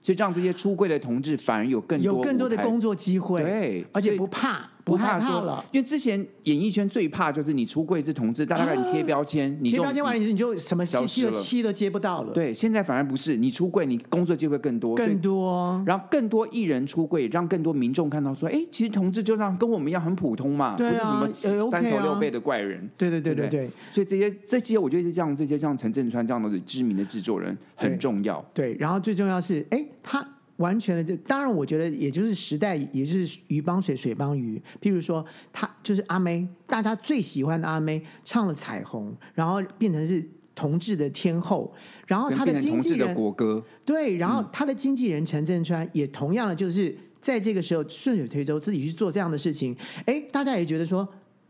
[SPEAKER 2] 所以让这些出柜的同志反而有更多
[SPEAKER 1] 有更多的
[SPEAKER 2] 舞台
[SPEAKER 1] 工作机会，
[SPEAKER 2] 对，
[SPEAKER 1] 而且
[SPEAKER 2] 所以
[SPEAKER 1] 不怕，
[SPEAKER 2] 不
[SPEAKER 1] 害
[SPEAKER 2] 怕
[SPEAKER 1] 怕
[SPEAKER 2] 说
[SPEAKER 1] 了。，
[SPEAKER 2] 因为之前演艺圈最怕就是你出柜是同志，大家给你贴标签，你
[SPEAKER 1] 贴
[SPEAKER 2] 就
[SPEAKER 1] 标签完了，你就什么戏
[SPEAKER 2] 消
[SPEAKER 1] 戏
[SPEAKER 2] 失
[SPEAKER 1] 都
[SPEAKER 2] 了
[SPEAKER 1] 戏都接不到了，
[SPEAKER 2] 对，现在反而不是，你出柜你工作机会更多，所
[SPEAKER 1] 更
[SPEAKER 2] 以
[SPEAKER 1] 多。
[SPEAKER 2] 然后更多艺人出柜，让更多民众看到说，哎，其实同志就像跟我们一样很普通嘛，
[SPEAKER 1] 对啊
[SPEAKER 2] 不是什
[SPEAKER 1] 呃
[SPEAKER 2] 么
[SPEAKER 1] ，OK
[SPEAKER 2] 三头
[SPEAKER 1] 啊
[SPEAKER 2] 六臂的怪人。
[SPEAKER 1] 对对对
[SPEAKER 2] 对
[SPEAKER 1] 对
[SPEAKER 2] 不
[SPEAKER 1] 对
[SPEAKER 2] 所以这些这些，我觉得像这些像陈振川这样的知名的制作人
[SPEAKER 1] 对
[SPEAKER 2] 很重要。
[SPEAKER 1] 对，然后最重要是，哎，他完全的就，当然我觉得也就是时代，也就是鱼帮水，水帮鱼。譬如说，他就是阿妹，大家最喜欢的阿妹，唱了《彩虹》，然后变成是同志的天后，然后
[SPEAKER 2] 跟
[SPEAKER 1] 他
[SPEAKER 2] 变
[SPEAKER 1] 的
[SPEAKER 2] 成
[SPEAKER 1] 经
[SPEAKER 2] 同
[SPEAKER 1] 纪
[SPEAKER 2] 志的
[SPEAKER 1] 人
[SPEAKER 2] 国歌，
[SPEAKER 1] 对，然
[SPEAKER 2] 嗯
[SPEAKER 1] 后他的经纪人陈振川也同样的就是在这个时候顺水推舟，自己去做这样的事情，哎，大家也觉得说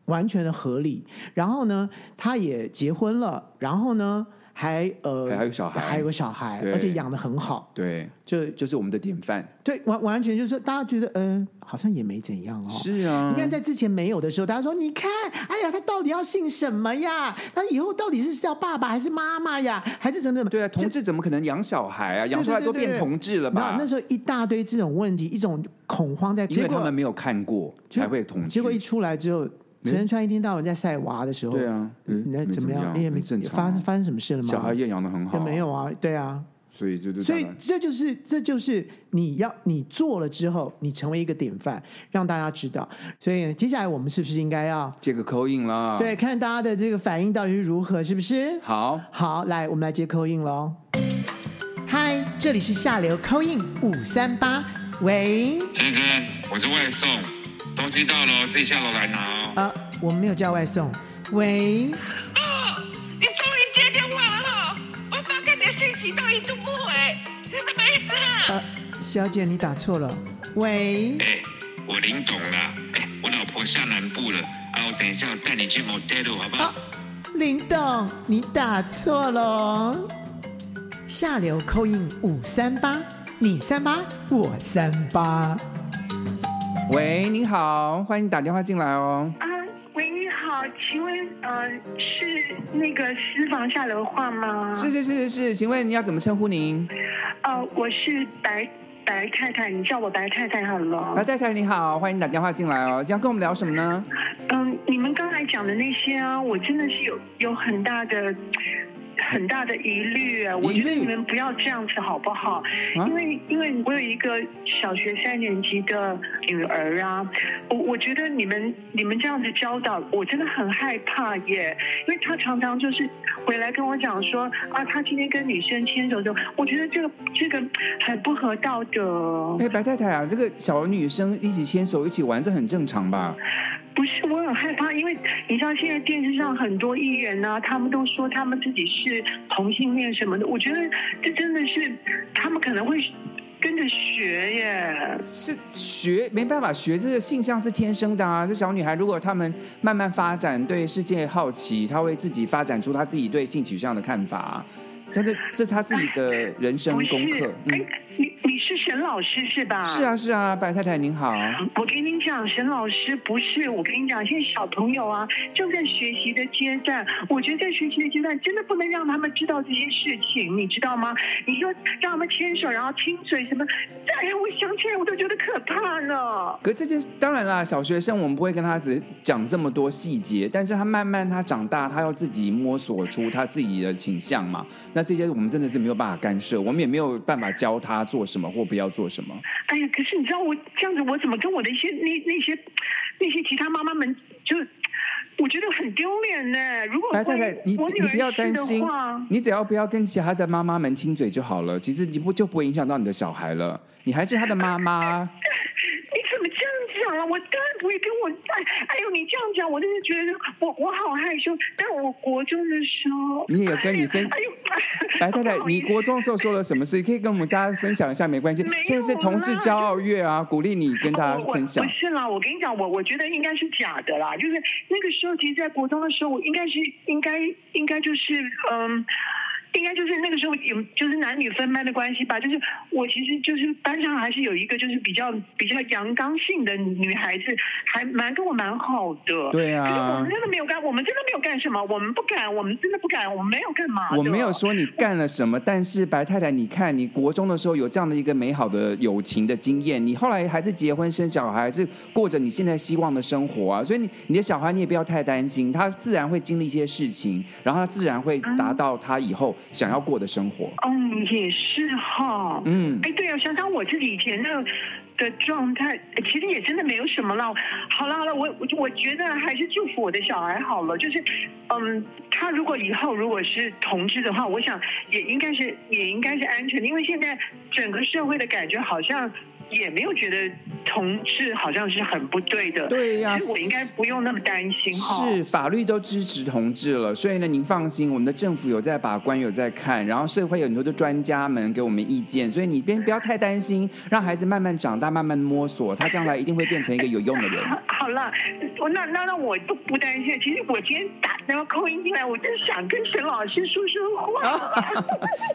[SPEAKER 1] 完全的合理。然后呢，他也结婚了，然后呢，还呃
[SPEAKER 2] 还有小孩
[SPEAKER 1] 还有个小孩，
[SPEAKER 2] 对
[SPEAKER 1] 而且养的很好，
[SPEAKER 2] 对，
[SPEAKER 1] 就
[SPEAKER 2] 就是我们的典范。
[SPEAKER 1] 对完完全就是说，大家觉得嗯、呃，好像也没怎样哦。
[SPEAKER 2] 是啊
[SPEAKER 1] 你，看，在之前没有的时候，大家说：“你看，哎呀，他到底要姓什么呀？他以后到底是叫爸爸还是妈妈呀？还是怎么怎么？”
[SPEAKER 2] 对啊，
[SPEAKER 1] 这
[SPEAKER 2] 同志怎么可能养小孩啊？养
[SPEAKER 1] 对
[SPEAKER 2] 出来
[SPEAKER 1] 对
[SPEAKER 2] 都
[SPEAKER 1] 对
[SPEAKER 2] 变
[SPEAKER 1] 对
[SPEAKER 2] 同志了
[SPEAKER 1] 那
[SPEAKER 2] 吧？
[SPEAKER 1] 那时候一大堆这种问题，一种恐慌在，
[SPEAKER 2] 因
[SPEAKER 1] 结
[SPEAKER 2] 为他们
[SPEAKER 1] 果
[SPEAKER 2] 没有看过，才会同
[SPEAKER 1] 结
[SPEAKER 2] 居
[SPEAKER 1] 果。一出来之后，陈仁川一天到晚在晒娃的时候，
[SPEAKER 2] 对啊，嗯
[SPEAKER 1] 那
[SPEAKER 2] 没
[SPEAKER 1] 怎么样？
[SPEAKER 2] 样？
[SPEAKER 1] 哎也没
[SPEAKER 2] 很正
[SPEAKER 1] 发
[SPEAKER 2] 常
[SPEAKER 1] 生
[SPEAKER 2] 啊。
[SPEAKER 1] 发生什么事了吗？
[SPEAKER 2] 小孩也养的很好
[SPEAKER 1] 也
[SPEAKER 2] 啊，
[SPEAKER 1] 没有啊，对啊，
[SPEAKER 2] 所以就就
[SPEAKER 1] 所以
[SPEAKER 2] 当然
[SPEAKER 1] 这就是这就是你要你做了之后，你成为一个典范，让大家知道。所以接下来我们是不是应该要、
[SPEAKER 2] 接个口音啦。，
[SPEAKER 1] 对看大家的这个反应到底是如何，是不是？
[SPEAKER 2] 好，
[SPEAKER 1] 好，来，我们来接扣印喽。嗨，这里是下流扣印五三八，喂。
[SPEAKER 3] 先生，我是外送，东西到了哦自己下楼来拿哦。
[SPEAKER 1] 啊，我们没有叫外送。喂，
[SPEAKER 4] 哦，你终于接电话了哈、我发给你的讯息都一度不回，是什么意思啊？
[SPEAKER 1] 呃，小姐，你打错了。喂，
[SPEAKER 3] 哎、我林董啦，哎、我老婆下南部了，啊，我等一下我带你去 motel 好不好？
[SPEAKER 1] 啊，林董，你打错了哦。下流扣印五三八，你三八，我三八。
[SPEAKER 2] 喂，您好，欢迎打电话进来哦。
[SPEAKER 5] 啊，喂，你好，请问，呃，是那个私房下流话吗？
[SPEAKER 2] 是。是是是是，请问你要怎么称呼您？
[SPEAKER 5] 呃，我是白白太太，你叫我白太太好
[SPEAKER 2] 白
[SPEAKER 5] 了。
[SPEAKER 2] 太太你好，欢迎打电话进来哦。今天要跟我们聊什么呢？
[SPEAKER 5] 嗯，你们刚才讲的那些啊，我真的是有有很大的。很大的疑虑啊！我觉得
[SPEAKER 2] 疑虑
[SPEAKER 5] 你们不要这样子好不好？
[SPEAKER 2] 啊
[SPEAKER 5] 因为因为我有一个小学三年级的女儿啊，我我觉得你们你们这样子教导，我真的很害怕耶。因为她常常就是回来跟我讲说啊，她今天跟女生牵手的时候，我觉得这个这个很不合道德。哦
[SPEAKER 2] 哎，白太太啊，这个小女生一起牵手一起玩，这很正常吧？
[SPEAKER 5] 不是，我很害怕，因为你知道现在电视上很多艺人啊，他们都说他们自己是同性恋什么的，我觉得这真的是他们可能会跟着学耶。
[SPEAKER 2] 是学没办法学，这个性向是天生的啊。这小女孩如果她们慢慢发展对世界好奇，她会自己发展出她自己对性取向的看法、真的，这是她自己的人生
[SPEAKER 5] 不
[SPEAKER 2] 功
[SPEAKER 5] 是
[SPEAKER 2] 课。，
[SPEAKER 5] 哎
[SPEAKER 2] 嗯，、
[SPEAKER 5] 你你是沈老师是吧？
[SPEAKER 2] 是。啊是啊，白太太您好。
[SPEAKER 5] 我跟你讲，沈老师不是，我跟你讲，现在小朋友啊，正在学习的阶段，我觉得在学习的阶段，真的不能让他们知道这些事情，你知道吗？你就让他们牵手，然后亲嘴什么，哎，我想起来我都觉得可怕呢。
[SPEAKER 2] 可这件当然啦，小学生我们不会跟她只讲这么多细节，但是她慢慢她长大，她要自己摸索出她自己的倾向嘛。那这些我们真的是没有办法干涉，我们也没有办法教她做什么或不要做什么。
[SPEAKER 5] 哎呀，可是你知道我这样子，我怎么跟我的一些那那些那些其他妈妈们，就我觉得很丢脸呢。如果
[SPEAKER 2] 白太太
[SPEAKER 5] 万，
[SPEAKER 2] 哎你
[SPEAKER 5] 一我女
[SPEAKER 2] 你不要
[SPEAKER 5] 儿是
[SPEAKER 2] 担
[SPEAKER 5] 的
[SPEAKER 2] 心
[SPEAKER 5] 话，，
[SPEAKER 2] 你只要不要跟其他的妈妈们亲嘴就好了。其实你不就不会影响到你的小孩了，你还是他的妈妈。
[SPEAKER 5] 你怎么这样讲啊？我当然不会跟我哎哎呦，你这样讲，我真的觉得我我好害害羞。但我国中的时候，
[SPEAKER 2] 你也跟你分
[SPEAKER 5] 哎呦，
[SPEAKER 2] 白太太
[SPEAKER 5] 不，好意
[SPEAKER 2] 你
[SPEAKER 5] 思
[SPEAKER 2] 国中的时候受了什么事？可以跟我们大家分享一下，没关系
[SPEAKER 5] 没有。
[SPEAKER 2] 现在是同志骄傲月啊，鼓励你跟大
[SPEAKER 5] 哦
[SPEAKER 2] 家
[SPEAKER 5] 我
[SPEAKER 2] 分享
[SPEAKER 5] 不。是啦，我跟你讲，我我觉得应该是假的啦，就是那个时候，其实，在国中的时候，我应该是应该应该就是嗯。应该就是那个时候有就是男女分班的关系吧，就是我其实就是班上还是有一个就是比较比较阳刚性的女孩子，还蛮跟我蛮好的。
[SPEAKER 2] 对
[SPEAKER 5] 可是我
[SPEAKER 2] 啊
[SPEAKER 5] 们，真的没有干，我们真的没有干什么，我们不敢，我们真的不敢，我们没有干嘛的。
[SPEAKER 2] 我没有说你干了什么，但是白太太，你看你国中的时候有这样的一个美好的友情的经验，你后来还是结婚生小孩，还是过着你现在希望的生活啊。所以你你的小孩你也不要太担心，他自然会经历一些事情，然后他自然会达到他以后想要过的生活。
[SPEAKER 5] 嗯，也是哈。
[SPEAKER 2] 嗯，
[SPEAKER 5] 哎，对啊，想想我自己以前那的状态，呃其实也真的没有什么了。好了好了，我我我觉得还是祝福我的小孩好了。就是，嗯，他如果以后如果是同志的话，我想也应该是也应该是安全的，因为现在整个社会的感觉好像也没有觉得同志好像是很不对的。
[SPEAKER 2] 对呀、
[SPEAKER 5] 哎所以我应该不用那么担心哈。
[SPEAKER 2] 是法律都支持同志了，所以呢，您放心，我们的政府有在把关，有在看，然后社会有很多的专家们给我们意见，所以你边不要太担心，让孩子慢慢长大，慢慢摸索，他将来一定会变成一个有用的人。
[SPEAKER 5] 好了，我那那那我都不担心。其实我今天打电话扣音进来，我真想跟沈老师说说话。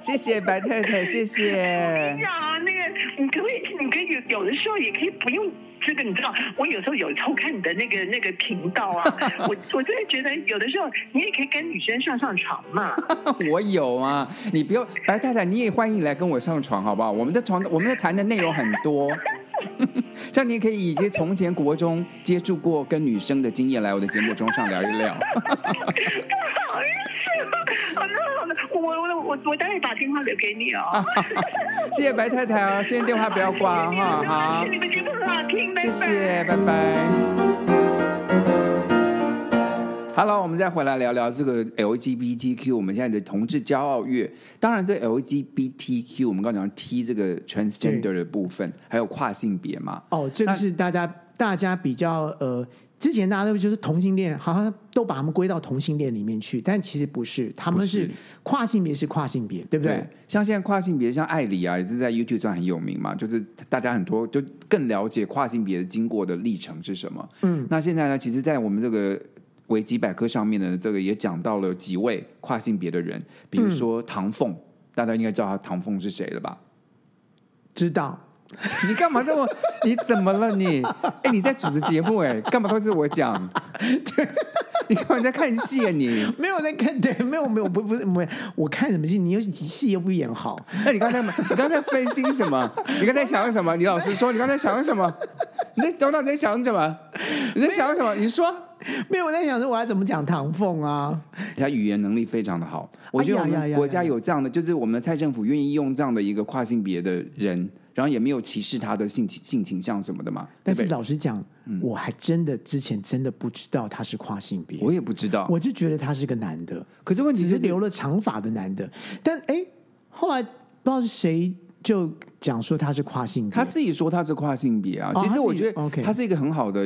[SPEAKER 2] 谢谢白太太，谢
[SPEAKER 5] 我跟
[SPEAKER 2] 谢
[SPEAKER 5] 你。讲啊，那个你可不可以，你可以有有的时候也可以不用这个，你知道，我有时候有偷看你的那个那个频道啊，我我真的觉得有的时候你也可以跟女生上上床嘛。
[SPEAKER 2] 我有啊，你不用，白太太，你也欢迎来跟我上床，好不好？我们的床，我们的谈的内容很多。 像你可以以及从前国中接触过跟女生的经验来我的节目中上聊一聊。
[SPEAKER 5] 不好意思，好的好的，我我我我待会把电话留给你哦。
[SPEAKER 2] 谢谢白太太哦，今天电话不要挂哦哈，好
[SPEAKER 5] 你，们节目很好听，拜
[SPEAKER 2] 谢
[SPEAKER 5] 拜。
[SPEAKER 2] 谢，拜拜。Hello，我们再回来聊聊这个 LGBTQ，我们现在的同志骄傲月。当然，这 LGBTQ 我们刚刚讲 T 这个 transgender 的部分，还有跨性别嘛。
[SPEAKER 1] 哦，这个是大家大家比较呃，之前大家都就是同性恋，好像都把他们归到同性恋里面去，但其实不是，他们
[SPEAKER 2] 不
[SPEAKER 1] 是
[SPEAKER 2] 是
[SPEAKER 1] 跨性别是跨性别，对不对？，
[SPEAKER 2] 像现在跨性别，像艾里啊，也是在 YouTube 上很有名嘛，就是大家很多就更了解跨性别的经过的历程是什么。
[SPEAKER 1] 嗯，
[SPEAKER 2] 那现在呢，其实，在我们这个维基百科上面呢，这个也讲到了几位跨性别的人，比如说唐凤，大家应该知道他唐凤是谁了吧？
[SPEAKER 1] 知道。
[SPEAKER 2] 你干嘛这么？你怎么了 你？哎、你在主持节目哎、干嘛都是我讲？ 你干嘛在看戏啊你？
[SPEAKER 1] 没有在看，对，没有没有，不不不，我看什么戏？你又戏又不演好，
[SPEAKER 2] 那你刚才你刚才分心什么？你刚才想什么？你老实说，你刚才想什么？你在头脑在想什么？你在想什么？你说。
[SPEAKER 1] 没有我在想说我要怎么讲唐凤啊？
[SPEAKER 2] 他语言能力非常的好，我觉得我
[SPEAKER 1] 哎呀呀
[SPEAKER 2] 们
[SPEAKER 1] 呀
[SPEAKER 2] 国家有这样的，就是我们的蔡政府愿意用这样的一个跨性别的人，然后也没有歧视他的性倾性倾向什么的嘛。
[SPEAKER 1] 但是
[SPEAKER 2] 对不对嗯
[SPEAKER 1] 老实讲，我还真的之前真的不知道他是跨性别，
[SPEAKER 2] 我也不知道，
[SPEAKER 1] 我就觉得他是个男的，
[SPEAKER 2] 可是问题
[SPEAKER 1] 只
[SPEAKER 2] 就是是
[SPEAKER 1] 留了长发的男的。但哎，后来不知道是谁就讲说他是跨性别，
[SPEAKER 2] 他自己说他是跨性别啊，
[SPEAKER 1] 哦他
[SPEAKER 2] 其
[SPEAKER 1] 自
[SPEAKER 2] 实
[SPEAKER 1] 己
[SPEAKER 2] 我觉得
[SPEAKER 1] OK
[SPEAKER 2] 他是一个很好的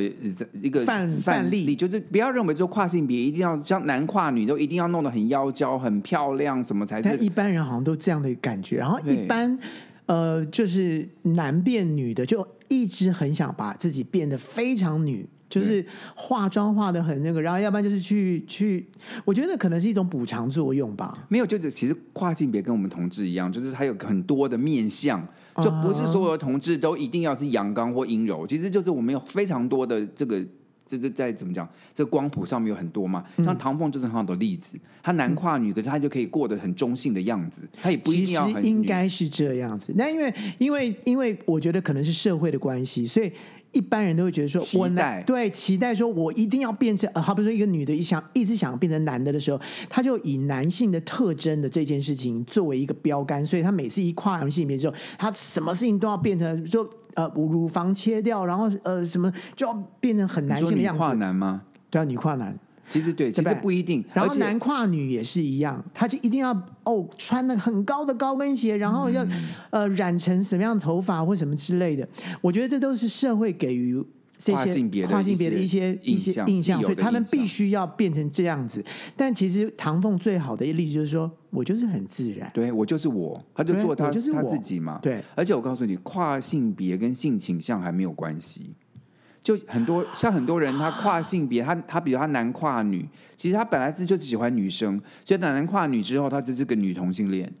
[SPEAKER 2] 一个
[SPEAKER 1] 范
[SPEAKER 2] 范
[SPEAKER 1] 范例
[SPEAKER 2] 就是不要认为说跨性别一定要像男跨女都一定要弄得很妖娇、很漂亮什么才
[SPEAKER 1] 但一
[SPEAKER 2] 是。
[SPEAKER 1] 般人好像都这样的感觉，然后
[SPEAKER 2] 对
[SPEAKER 1] 一般呃就是男变女的就一直很想把自己变得非常女。就是化妆化的很那个，然后要不然就是去去，我觉得可能是一种补偿作用吧。
[SPEAKER 2] 没有，就是其实跨性别跟我们同志一样，就是它有很多的面相，
[SPEAKER 1] 哦
[SPEAKER 2] 就不是所有的同志都一定要是阳刚或阴柔，其实就是我们有非常多的这个。这这在怎么讲？这光谱上面有很多嘛，
[SPEAKER 1] 嗯
[SPEAKER 2] 像唐凤就是很好的例子，她男跨女，可是她就可以过得很中性的样子，她也不
[SPEAKER 1] 其
[SPEAKER 2] 一定
[SPEAKER 1] 实
[SPEAKER 2] 要很
[SPEAKER 1] 应
[SPEAKER 2] 女
[SPEAKER 1] 该是这样子，那因为因为因为我觉得可能是社会的关系，所以一般人都会觉得说
[SPEAKER 2] 期
[SPEAKER 1] 我男
[SPEAKER 2] 待
[SPEAKER 1] 对期待说我一定要变成，呃好、比说一个女的一想一直想变成男的的时候，她就以男性的特征的这件事情作为一个标杆，所以她每次一跨性别之后，她什么事情都要变成说呃乳房切掉，然后呃什么就要变成很
[SPEAKER 2] 你
[SPEAKER 1] 男
[SPEAKER 2] 说
[SPEAKER 1] 性的
[SPEAKER 2] 女
[SPEAKER 1] 样
[SPEAKER 2] 跨
[SPEAKER 1] 子，
[SPEAKER 2] 男吗？
[SPEAKER 1] 对啊，女跨男。
[SPEAKER 2] 其实对，其
[SPEAKER 1] 对不
[SPEAKER 2] 实
[SPEAKER 1] 对
[SPEAKER 2] 不一定。
[SPEAKER 1] 然
[SPEAKER 2] 而
[SPEAKER 1] 后
[SPEAKER 2] 且
[SPEAKER 1] 男跨女也是一样，他就一定要哦穿那个很高的高跟鞋，然后要、
[SPEAKER 2] 嗯
[SPEAKER 1] 呃染成什么样的头发或什么之类的。我觉得这都是社会给予这
[SPEAKER 2] 跨
[SPEAKER 1] 些
[SPEAKER 2] 性别的
[SPEAKER 1] 跨
[SPEAKER 2] 一
[SPEAKER 1] 性别的
[SPEAKER 2] 些
[SPEAKER 1] 一些一
[SPEAKER 2] 印
[SPEAKER 1] 些
[SPEAKER 2] 象
[SPEAKER 1] 印象，
[SPEAKER 2] 既有
[SPEAKER 1] 所以
[SPEAKER 2] 的
[SPEAKER 1] 他们
[SPEAKER 2] 印
[SPEAKER 1] 必
[SPEAKER 2] 象
[SPEAKER 1] 须要变成这样子。但其实唐凤最好的例子就是说，我就是很自然，
[SPEAKER 2] 对我就是我，他就
[SPEAKER 1] 对
[SPEAKER 2] 做他
[SPEAKER 1] 我就是
[SPEAKER 2] 他
[SPEAKER 1] 我
[SPEAKER 2] 自己嘛。
[SPEAKER 1] 对，
[SPEAKER 2] 而且我告诉你，跨性别跟性倾向还没有关系。就很多像很多人，他跨性别，他他比如他男跨女，其实他本来是就喜欢女生，所以他男跨女之后，他就是个女同性恋。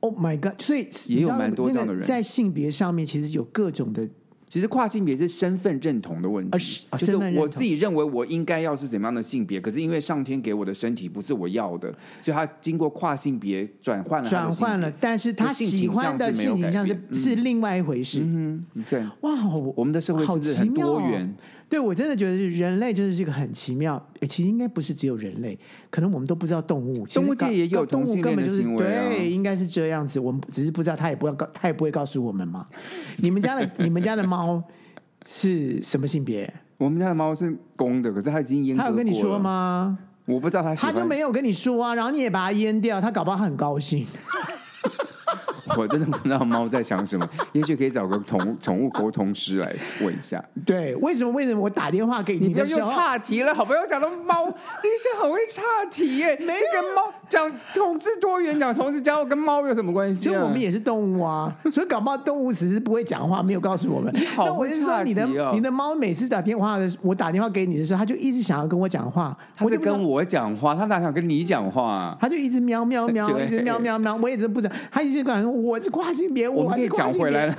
[SPEAKER 1] Oh my god！所以
[SPEAKER 2] 也
[SPEAKER 1] 你知
[SPEAKER 2] 有
[SPEAKER 1] 道
[SPEAKER 2] 蛮多
[SPEAKER 1] 那
[SPEAKER 2] 这样
[SPEAKER 1] 个
[SPEAKER 2] 的人
[SPEAKER 1] 在性别上面其实有各种的，
[SPEAKER 2] 其实跨性别是身份认同的问
[SPEAKER 1] 啊
[SPEAKER 2] 题
[SPEAKER 1] 是，啊
[SPEAKER 2] 就是
[SPEAKER 1] 身份认
[SPEAKER 2] 我
[SPEAKER 1] 同
[SPEAKER 2] 自己认为我应该要是怎么样的性别，可是因为上天给我的身体不是我要的，所以他经过跨性别转换了他
[SPEAKER 1] 转
[SPEAKER 2] 的性别
[SPEAKER 1] 换了，但是他
[SPEAKER 2] 性
[SPEAKER 1] 喜
[SPEAKER 2] 倾
[SPEAKER 1] 欢
[SPEAKER 2] 向
[SPEAKER 1] 的
[SPEAKER 2] 是没有
[SPEAKER 1] 性倾
[SPEAKER 2] 改
[SPEAKER 1] 向是
[SPEAKER 2] 变嗯
[SPEAKER 1] 是另外一回事。
[SPEAKER 2] 嗯哼，对，
[SPEAKER 1] 哇，我
[SPEAKER 2] 我们的社会是
[SPEAKER 1] 好
[SPEAKER 2] 不是
[SPEAKER 1] 奇
[SPEAKER 2] 很
[SPEAKER 1] 妙
[SPEAKER 2] 多
[SPEAKER 1] 哦
[SPEAKER 2] 元？
[SPEAKER 1] 对我真的觉得是人类就是这个很奇妙。诶其实应该不是只有人类，可能我们都不知道动物，其实
[SPEAKER 2] 动物界
[SPEAKER 1] 搞
[SPEAKER 2] 也有
[SPEAKER 1] 搞动
[SPEAKER 2] 同
[SPEAKER 1] 物
[SPEAKER 2] 性
[SPEAKER 1] 根
[SPEAKER 2] 恋
[SPEAKER 1] 本
[SPEAKER 2] 的
[SPEAKER 1] 就是
[SPEAKER 2] 行为啊
[SPEAKER 1] 对，应该是这样子。我们只是不知道，他也不要告，他也不会告诉我们 嘛。你们家的你们家的猫是什么性别？
[SPEAKER 2] 我们家的猫是公的，可是它已经阉割
[SPEAKER 1] 他有跟你
[SPEAKER 2] 过
[SPEAKER 1] 说
[SPEAKER 2] 了？
[SPEAKER 1] 吗？
[SPEAKER 2] 我不知道它喜
[SPEAKER 1] 他
[SPEAKER 2] 欢，
[SPEAKER 1] 就没有跟你说啊，然后你也把它阉掉，他搞不好他很高兴。
[SPEAKER 2] 我真的不知道猫在想什么。也许可以找个宠宠物沟通师来问 一下。
[SPEAKER 1] 对，为什么？为什么我打电话给
[SPEAKER 2] 你
[SPEAKER 1] 你
[SPEAKER 2] 不要
[SPEAKER 1] 的时
[SPEAKER 2] 又
[SPEAKER 1] 候，
[SPEAKER 2] 岔题了，好不容易讲到猫，你是很会岔题耶。没这跟猫讲同志多元，讲同志交跟猫有什么关系
[SPEAKER 1] 所以
[SPEAKER 2] 啊？
[SPEAKER 1] 我们也是动物啊，所以搞不好动物只是不会讲话，没有告诉我们。
[SPEAKER 2] 好
[SPEAKER 1] 那我就说
[SPEAKER 2] 会岔
[SPEAKER 1] 你的
[SPEAKER 2] 题哦
[SPEAKER 1] 你的猫每次打电话的时，我打电话给你的时候，它就一直想要跟我讲话，
[SPEAKER 2] 它
[SPEAKER 1] 就
[SPEAKER 2] 在
[SPEAKER 1] 不知道
[SPEAKER 2] 跟。我讲话，它哪想跟你讲话、啊？
[SPEAKER 1] 它就一直喵喵喵，
[SPEAKER 2] 对
[SPEAKER 1] 一直喵喵喵，我也真不知道。它一直管说我是跨性别，
[SPEAKER 2] 我们
[SPEAKER 1] 还
[SPEAKER 2] 可以
[SPEAKER 1] 是跨
[SPEAKER 2] 讲
[SPEAKER 1] 性
[SPEAKER 2] 回
[SPEAKER 1] 别
[SPEAKER 2] 来了。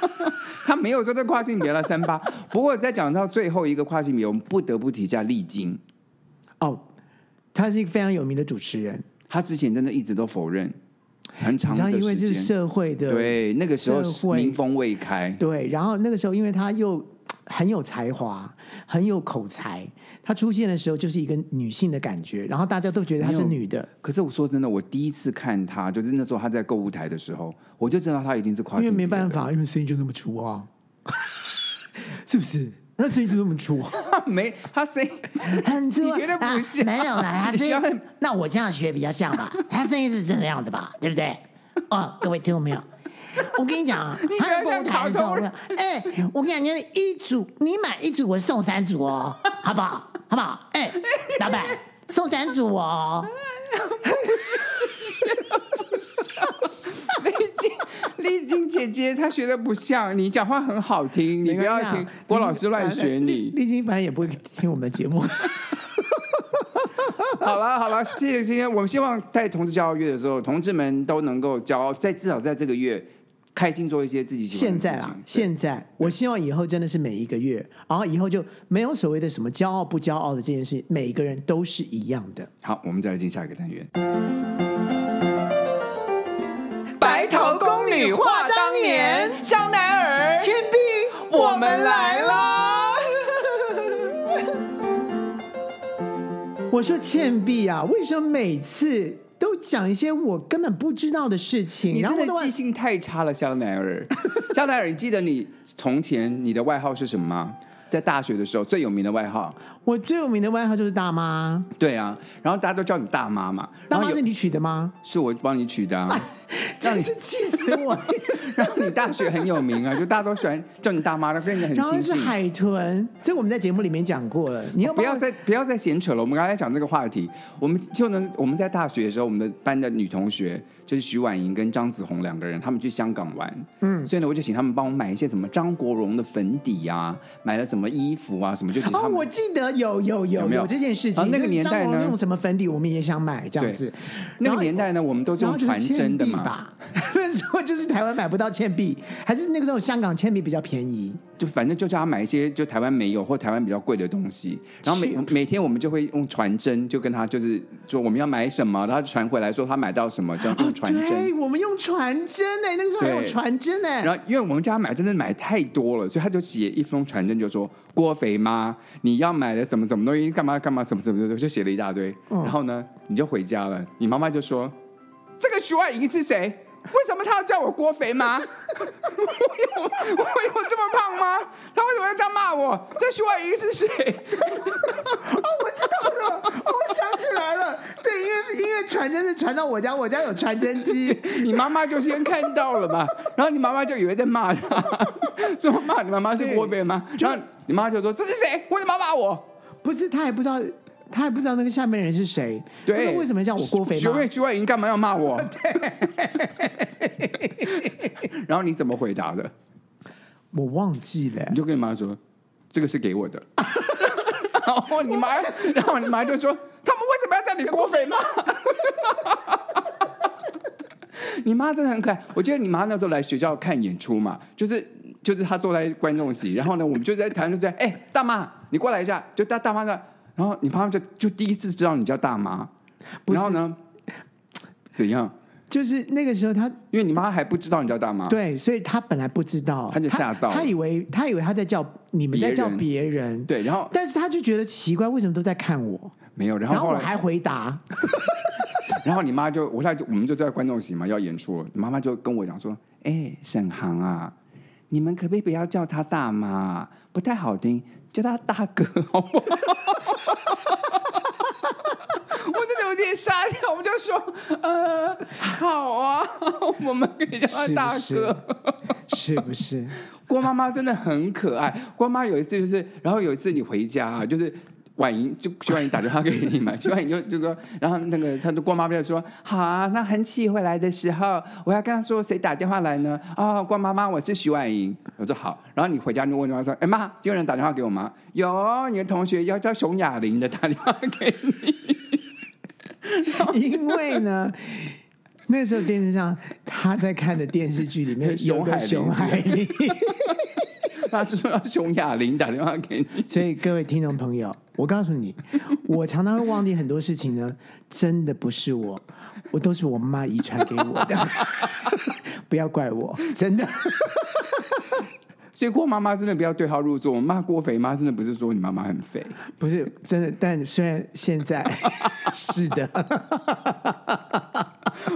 [SPEAKER 2] 他没有说他跨性别了三八，不过在讲到最后一个跨性别，我们不得不提一下丽晶。
[SPEAKER 1] 哦。他是一个非常有名的主持人，
[SPEAKER 2] 他之前真的一直都否认，很
[SPEAKER 1] 你
[SPEAKER 2] 长
[SPEAKER 1] 知道，
[SPEAKER 2] 的
[SPEAKER 1] 因为
[SPEAKER 2] 时
[SPEAKER 1] 这
[SPEAKER 2] 间。
[SPEAKER 1] 是社会的
[SPEAKER 2] 对，那个时候
[SPEAKER 1] 社
[SPEAKER 2] 是
[SPEAKER 1] 会
[SPEAKER 2] 民风未开，
[SPEAKER 1] 对，然后那个时候，因为她又很有才华，很有口才，她出现的时候就是一个女性的感觉，然后大家都觉得她
[SPEAKER 2] 没
[SPEAKER 1] 是
[SPEAKER 2] 有
[SPEAKER 1] 女的，
[SPEAKER 2] 可是我说真的，我第一次看他，就是那时候他在购物台的时候，我就知道他一定是跨
[SPEAKER 1] 因
[SPEAKER 2] 性
[SPEAKER 1] 为
[SPEAKER 2] 别。
[SPEAKER 1] 没办，法，因为声音就那么粗啊，是不是？那声音就那么粗，
[SPEAKER 2] 他没他声音，
[SPEAKER 1] 很粗
[SPEAKER 2] 你觉得不是
[SPEAKER 6] 没有啦，他
[SPEAKER 2] 你
[SPEAKER 6] 声
[SPEAKER 2] 喜欢
[SPEAKER 6] 音，那我这样学比较像吧，他声音是这样的吧，对不对？哦，各位听懂没有？我跟你讲啊
[SPEAKER 2] 你，不要
[SPEAKER 6] 他的公
[SPEAKER 2] 像
[SPEAKER 6] 台的时候
[SPEAKER 2] 草丛，
[SPEAKER 6] 哎，我跟你讲，你一组你买一组，我送三组哦，好不好？好不好？哎，老板送三组哦，
[SPEAKER 2] 丽晶丽晶姐姐她学的不像，你讲话很好听，你不要
[SPEAKER 1] 没关系
[SPEAKER 2] 听
[SPEAKER 1] 啊
[SPEAKER 2] 郭老师乱 学你。
[SPEAKER 1] 丽晶反正也不会听我们的节目，
[SPEAKER 2] 好了好了，谢谢今天，我们希望在同志骄傲月的时候，同志们都能够骄傲，在至少在这个月开心做一些自己喜欢
[SPEAKER 1] 现
[SPEAKER 2] 的事情。
[SPEAKER 1] 在啊，现在我希望以后真的是每一个月，然后以后就没有所谓的什么骄傲不骄傲的这件事，每一个人都是一样的。
[SPEAKER 2] 好，我们再来进下一个单元。白头宫女话当年，香奈儿，
[SPEAKER 1] 铅笔，
[SPEAKER 2] 我们来
[SPEAKER 1] 啦！ 我说倩碧啊，为什么每次都讲一些我根本不知道的事情？
[SPEAKER 2] 你
[SPEAKER 1] 然
[SPEAKER 2] 真
[SPEAKER 1] 后我
[SPEAKER 2] 的
[SPEAKER 1] 都忘
[SPEAKER 2] 记性太差了，香奈儿。 香奈儿，你记得你从前你的外号是什么吗？在大学的时候最有名的外号，
[SPEAKER 1] 我最有名的外号就是大妈，
[SPEAKER 2] 对啊，然后大家都叫你大妈嘛。
[SPEAKER 1] 大
[SPEAKER 2] 然
[SPEAKER 1] 妈
[SPEAKER 2] 后有
[SPEAKER 1] 是你取的吗？
[SPEAKER 2] 是我帮你取的、 啊，让
[SPEAKER 1] 真
[SPEAKER 2] 你
[SPEAKER 1] 是气死 我！
[SPEAKER 2] 然后你大学很有名啊，就大家都喜欢叫你大妈，然后跟你很
[SPEAKER 1] 然后
[SPEAKER 2] 亲
[SPEAKER 1] 是
[SPEAKER 2] 近。
[SPEAKER 1] 海豚，这我们在节目里面讲过了。你要
[SPEAKER 2] 不
[SPEAKER 1] 帮
[SPEAKER 2] 要
[SPEAKER 1] 我
[SPEAKER 2] 再不要再闲扯了。我们刚才讲这个话题，我们就能我们在大学的时候，我们的班的女同学就是徐婉莹跟张子红两个人，他们去香港玩，嗯，所以呢，我就请他们帮我买一些什么张国荣的粉底啊，买了什么衣服啊，什么就请他
[SPEAKER 1] 哦，
[SPEAKER 2] 们。
[SPEAKER 1] 我记得有有有
[SPEAKER 2] 有没有
[SPEAKER 1] 这件事
[SPEAKER 2] 然
[SPEAKER 1] 情。
[SPEAKER 2] 后那个
[SPEAKER 1] 就是张
[SPEAKER 2] 年代
[SPEAKER 1] 国荣
[SPEAKER 2] 呢
[SPEAKER 1] 用什么粉底，我们也想买这样
[SPEAKER 2] 对
[SPEAKER 1] 子。
[SPEAKER 2] 那
[SPEAKER 1] 然
[SPEAKER 2] 个
[SPEAKER 1] 后
[SPEAKER 2] 年代呢，我们都是
[SPEAKER 1] 然
[SPEAKER 2] 用
[SPEAKER 1] 后就
[SPEAKER 2] 传
[SPEAKER 1] 是
[SPEAKER 2] 真
[SPEAKER 1] 铅
[SPEAKER 2] 的
[SPEAKER 1] 笔
[SPEAKER 2] 嘛，
[SPEAKER 1] 吧？ 那时候就是台湾买不到铅笔，还是那个时候香港铅笔比较便宜。
[SPEAKER 2] 就反正就叫他买一些就台湾没有或台湾比较贵的东西。然后每每天我们就会用传真，就跟他就是说我们要买什么，然后他传回来说他买到什么，这样用传真。
[SPEAKER 1] 哦对，我们用传真哎、那个时候还有
[SPEAKER 2] 对
[SPEAKER 1] 传真哎、
[SPEAKER 2] 然后，因为我们家买真的买太多了，所以他就写一封传真，就说郭肥妈，你要买的什么什么东西，干嘛干嘛，什么什么的，就写了一大堆。
[SPEAKER 1] 嗯
[SPEAKER 2] 然后呢，你就回家了，你妈妈就说：“这个徐婉莹是谁？为什么她要叫我郭 肥妈？我有我有这么胖吗？她为什么要这样骂我？这徐婉莹是谁？”
[SPEAKER 1] 哦我想起来 了，对，因为因为传真是传到我家，我家有传真机，
[SPEAKER 2] 你妈妈就先看到了嘛，然后你妈妈就以为在骂她，说骂你妈妈是
[SPEAKER 1] 对
[SPEAKER 2] 郭飞吗？
[SPEAKER 1] 就
[SPEAKER 2] 然后你妈就说这是谁？为什么要骂我？
[SPEAKER 1] 不是他也不知道，他也不知道那个下面人是谁，他
[SPEAKER 2] 对，
[SPEAKER 1] 说为什么叫我郭肥
[SPEAKER 2] 学
[SPEAKER 1] 妈？
[SPEAKER 2] 位徐婉莹干嘛要 骂我？ 然后你怎么回答的？
[SPEAKER 1] 我忘记了
[SPEAKER 2] 你，就跟你妈说，这个是给我的。 然后你妈，然后你妈就说，他们为什么要叫你郭肥妈？ 你妈真的很可爱，我记得你妈那时候来学校看演出嘛，就是就是她坐在观众席，然后呢，我们就在台上就这样，哎、大妈，你过来一下，就大大妈的，然后你妈就就第一次知道你叫大妈，
[SPEAKER 1] 不是
[SPEAKER 2] 然后呢，怎样？
[SPEAKER 1] 就是那个时候他
[SPEAKER 2] 因为你妈还不知道你叫大妈，
[SPEAKER 1] 对，所以他本来不知道，
[SPEAKER 2] 啊他就吓到了
[SPEAKER 1] 他以为他以为他在叫你们在叫别人，
[SPEAKER 2] 对，然后
[SPEAKER 1] 但是他就觉得奇怪，为什么都在看我？
[SPEAKER 2] 没有，然
[SPEAKER 1] 然后
[SPEAKER 2] 后后
[SPEAKER 1] 我
[SPEAKER 2] 来
[SPEAKER 1] 还回 答，
[SPEAKER 2] 然后你妈就，我现在就我们就在观众席嘛，要演出，你妈妈就跟我讲说：“哎、沈航啊，你们可不可以不要叫他大妈，不太好听，叫他大哥 好不好？”我真的有点傻掉，我就说：“呃，好啊， 我们可以叫他
[SPEAKER 1] 是
[SPEAKER 2] 大
[SPEAKER 1] 不
[SPEAKER 2] 哥。
[SPEAKER 1] 是？是不是？
[SPEAKER 2] 郭妈妈真的很可爱。郭妈有一次就是，然后有一次你回家、啊就是。婉莹就徐婉莹打电话给你嘛， 徐婉莹就就说，然后那个她就郭妈妈就说，好啊，那恒琪回来的时候，我要跟她说谁打电话来呢？哦，郭妈妈，我是徐婉莹。我说好，然后你回家就问她说，哎妈，今天有人打电话给我吗？有，你的同学要叫熊雅玲的打电话给你。
[SPEAKER 1] 因为呢， 那时候电视上他在看的电视剧里面有个熊
[SPEAKER 2] 熊
[SPEAKER 1] 海
[SPEAKER 2] 海
[SPEAKER 1] 林，
[SPEAKER 2] 他就说要熊雅玲打电话给你，
[SPEAKER 1] 所以各位听众朋友，我告诉你，我常常会忘记很多事情呢，真的不是我，我都是我妈遗传给我的， 不要怪我，真的。
[SPEAKER 2] 所以郭妈妈真的不要对号入座。我骂郭肥妈真的不是说你妈妈很肥，
[SPEAKER 1] 不是真的，但虽然现在是的，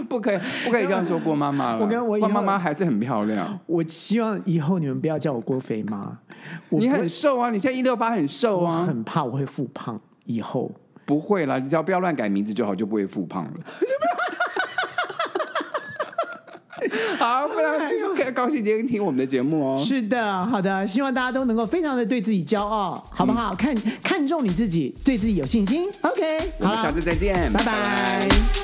[SPEAKER 2] 不可以，不可以这样说郭妈妈了。
[SPEAKER 1] 我跟我以后
[SPEAKER 2] 郭妈妈还是很漂亮。
[SPEAKER 1] 我希望以后你们不要叫我郭肥妈，我
[SPEAKER 2] 你
[SPEAKER 1] 不
[SPEAKER 2] 很瘦啊，你现在一六八很瘦
[SPEAKER 1] 我
[SPEAKER 2] 啊，
[SPEAKER 1] 很怕我会复胖，以后
[SPEAKER 2] 不会啦，你只要不要乱改名字就好，就不会 复胖了。好，非常就是高兴今天听我们的节目哦。
[SPEAKER 1] 哎是的，好的，希望大家都能够非常的对自己骄傲，好不好？看看重你自己，对自己有信心。OK，
[SPEAKER 2] 我
[SPEAKER 1] 好
[SPEAKER 2] 们
[SPEAKER 1] 了，
[SPEAKER 2] 下次再见，
[SPEAKER 1] 拜拜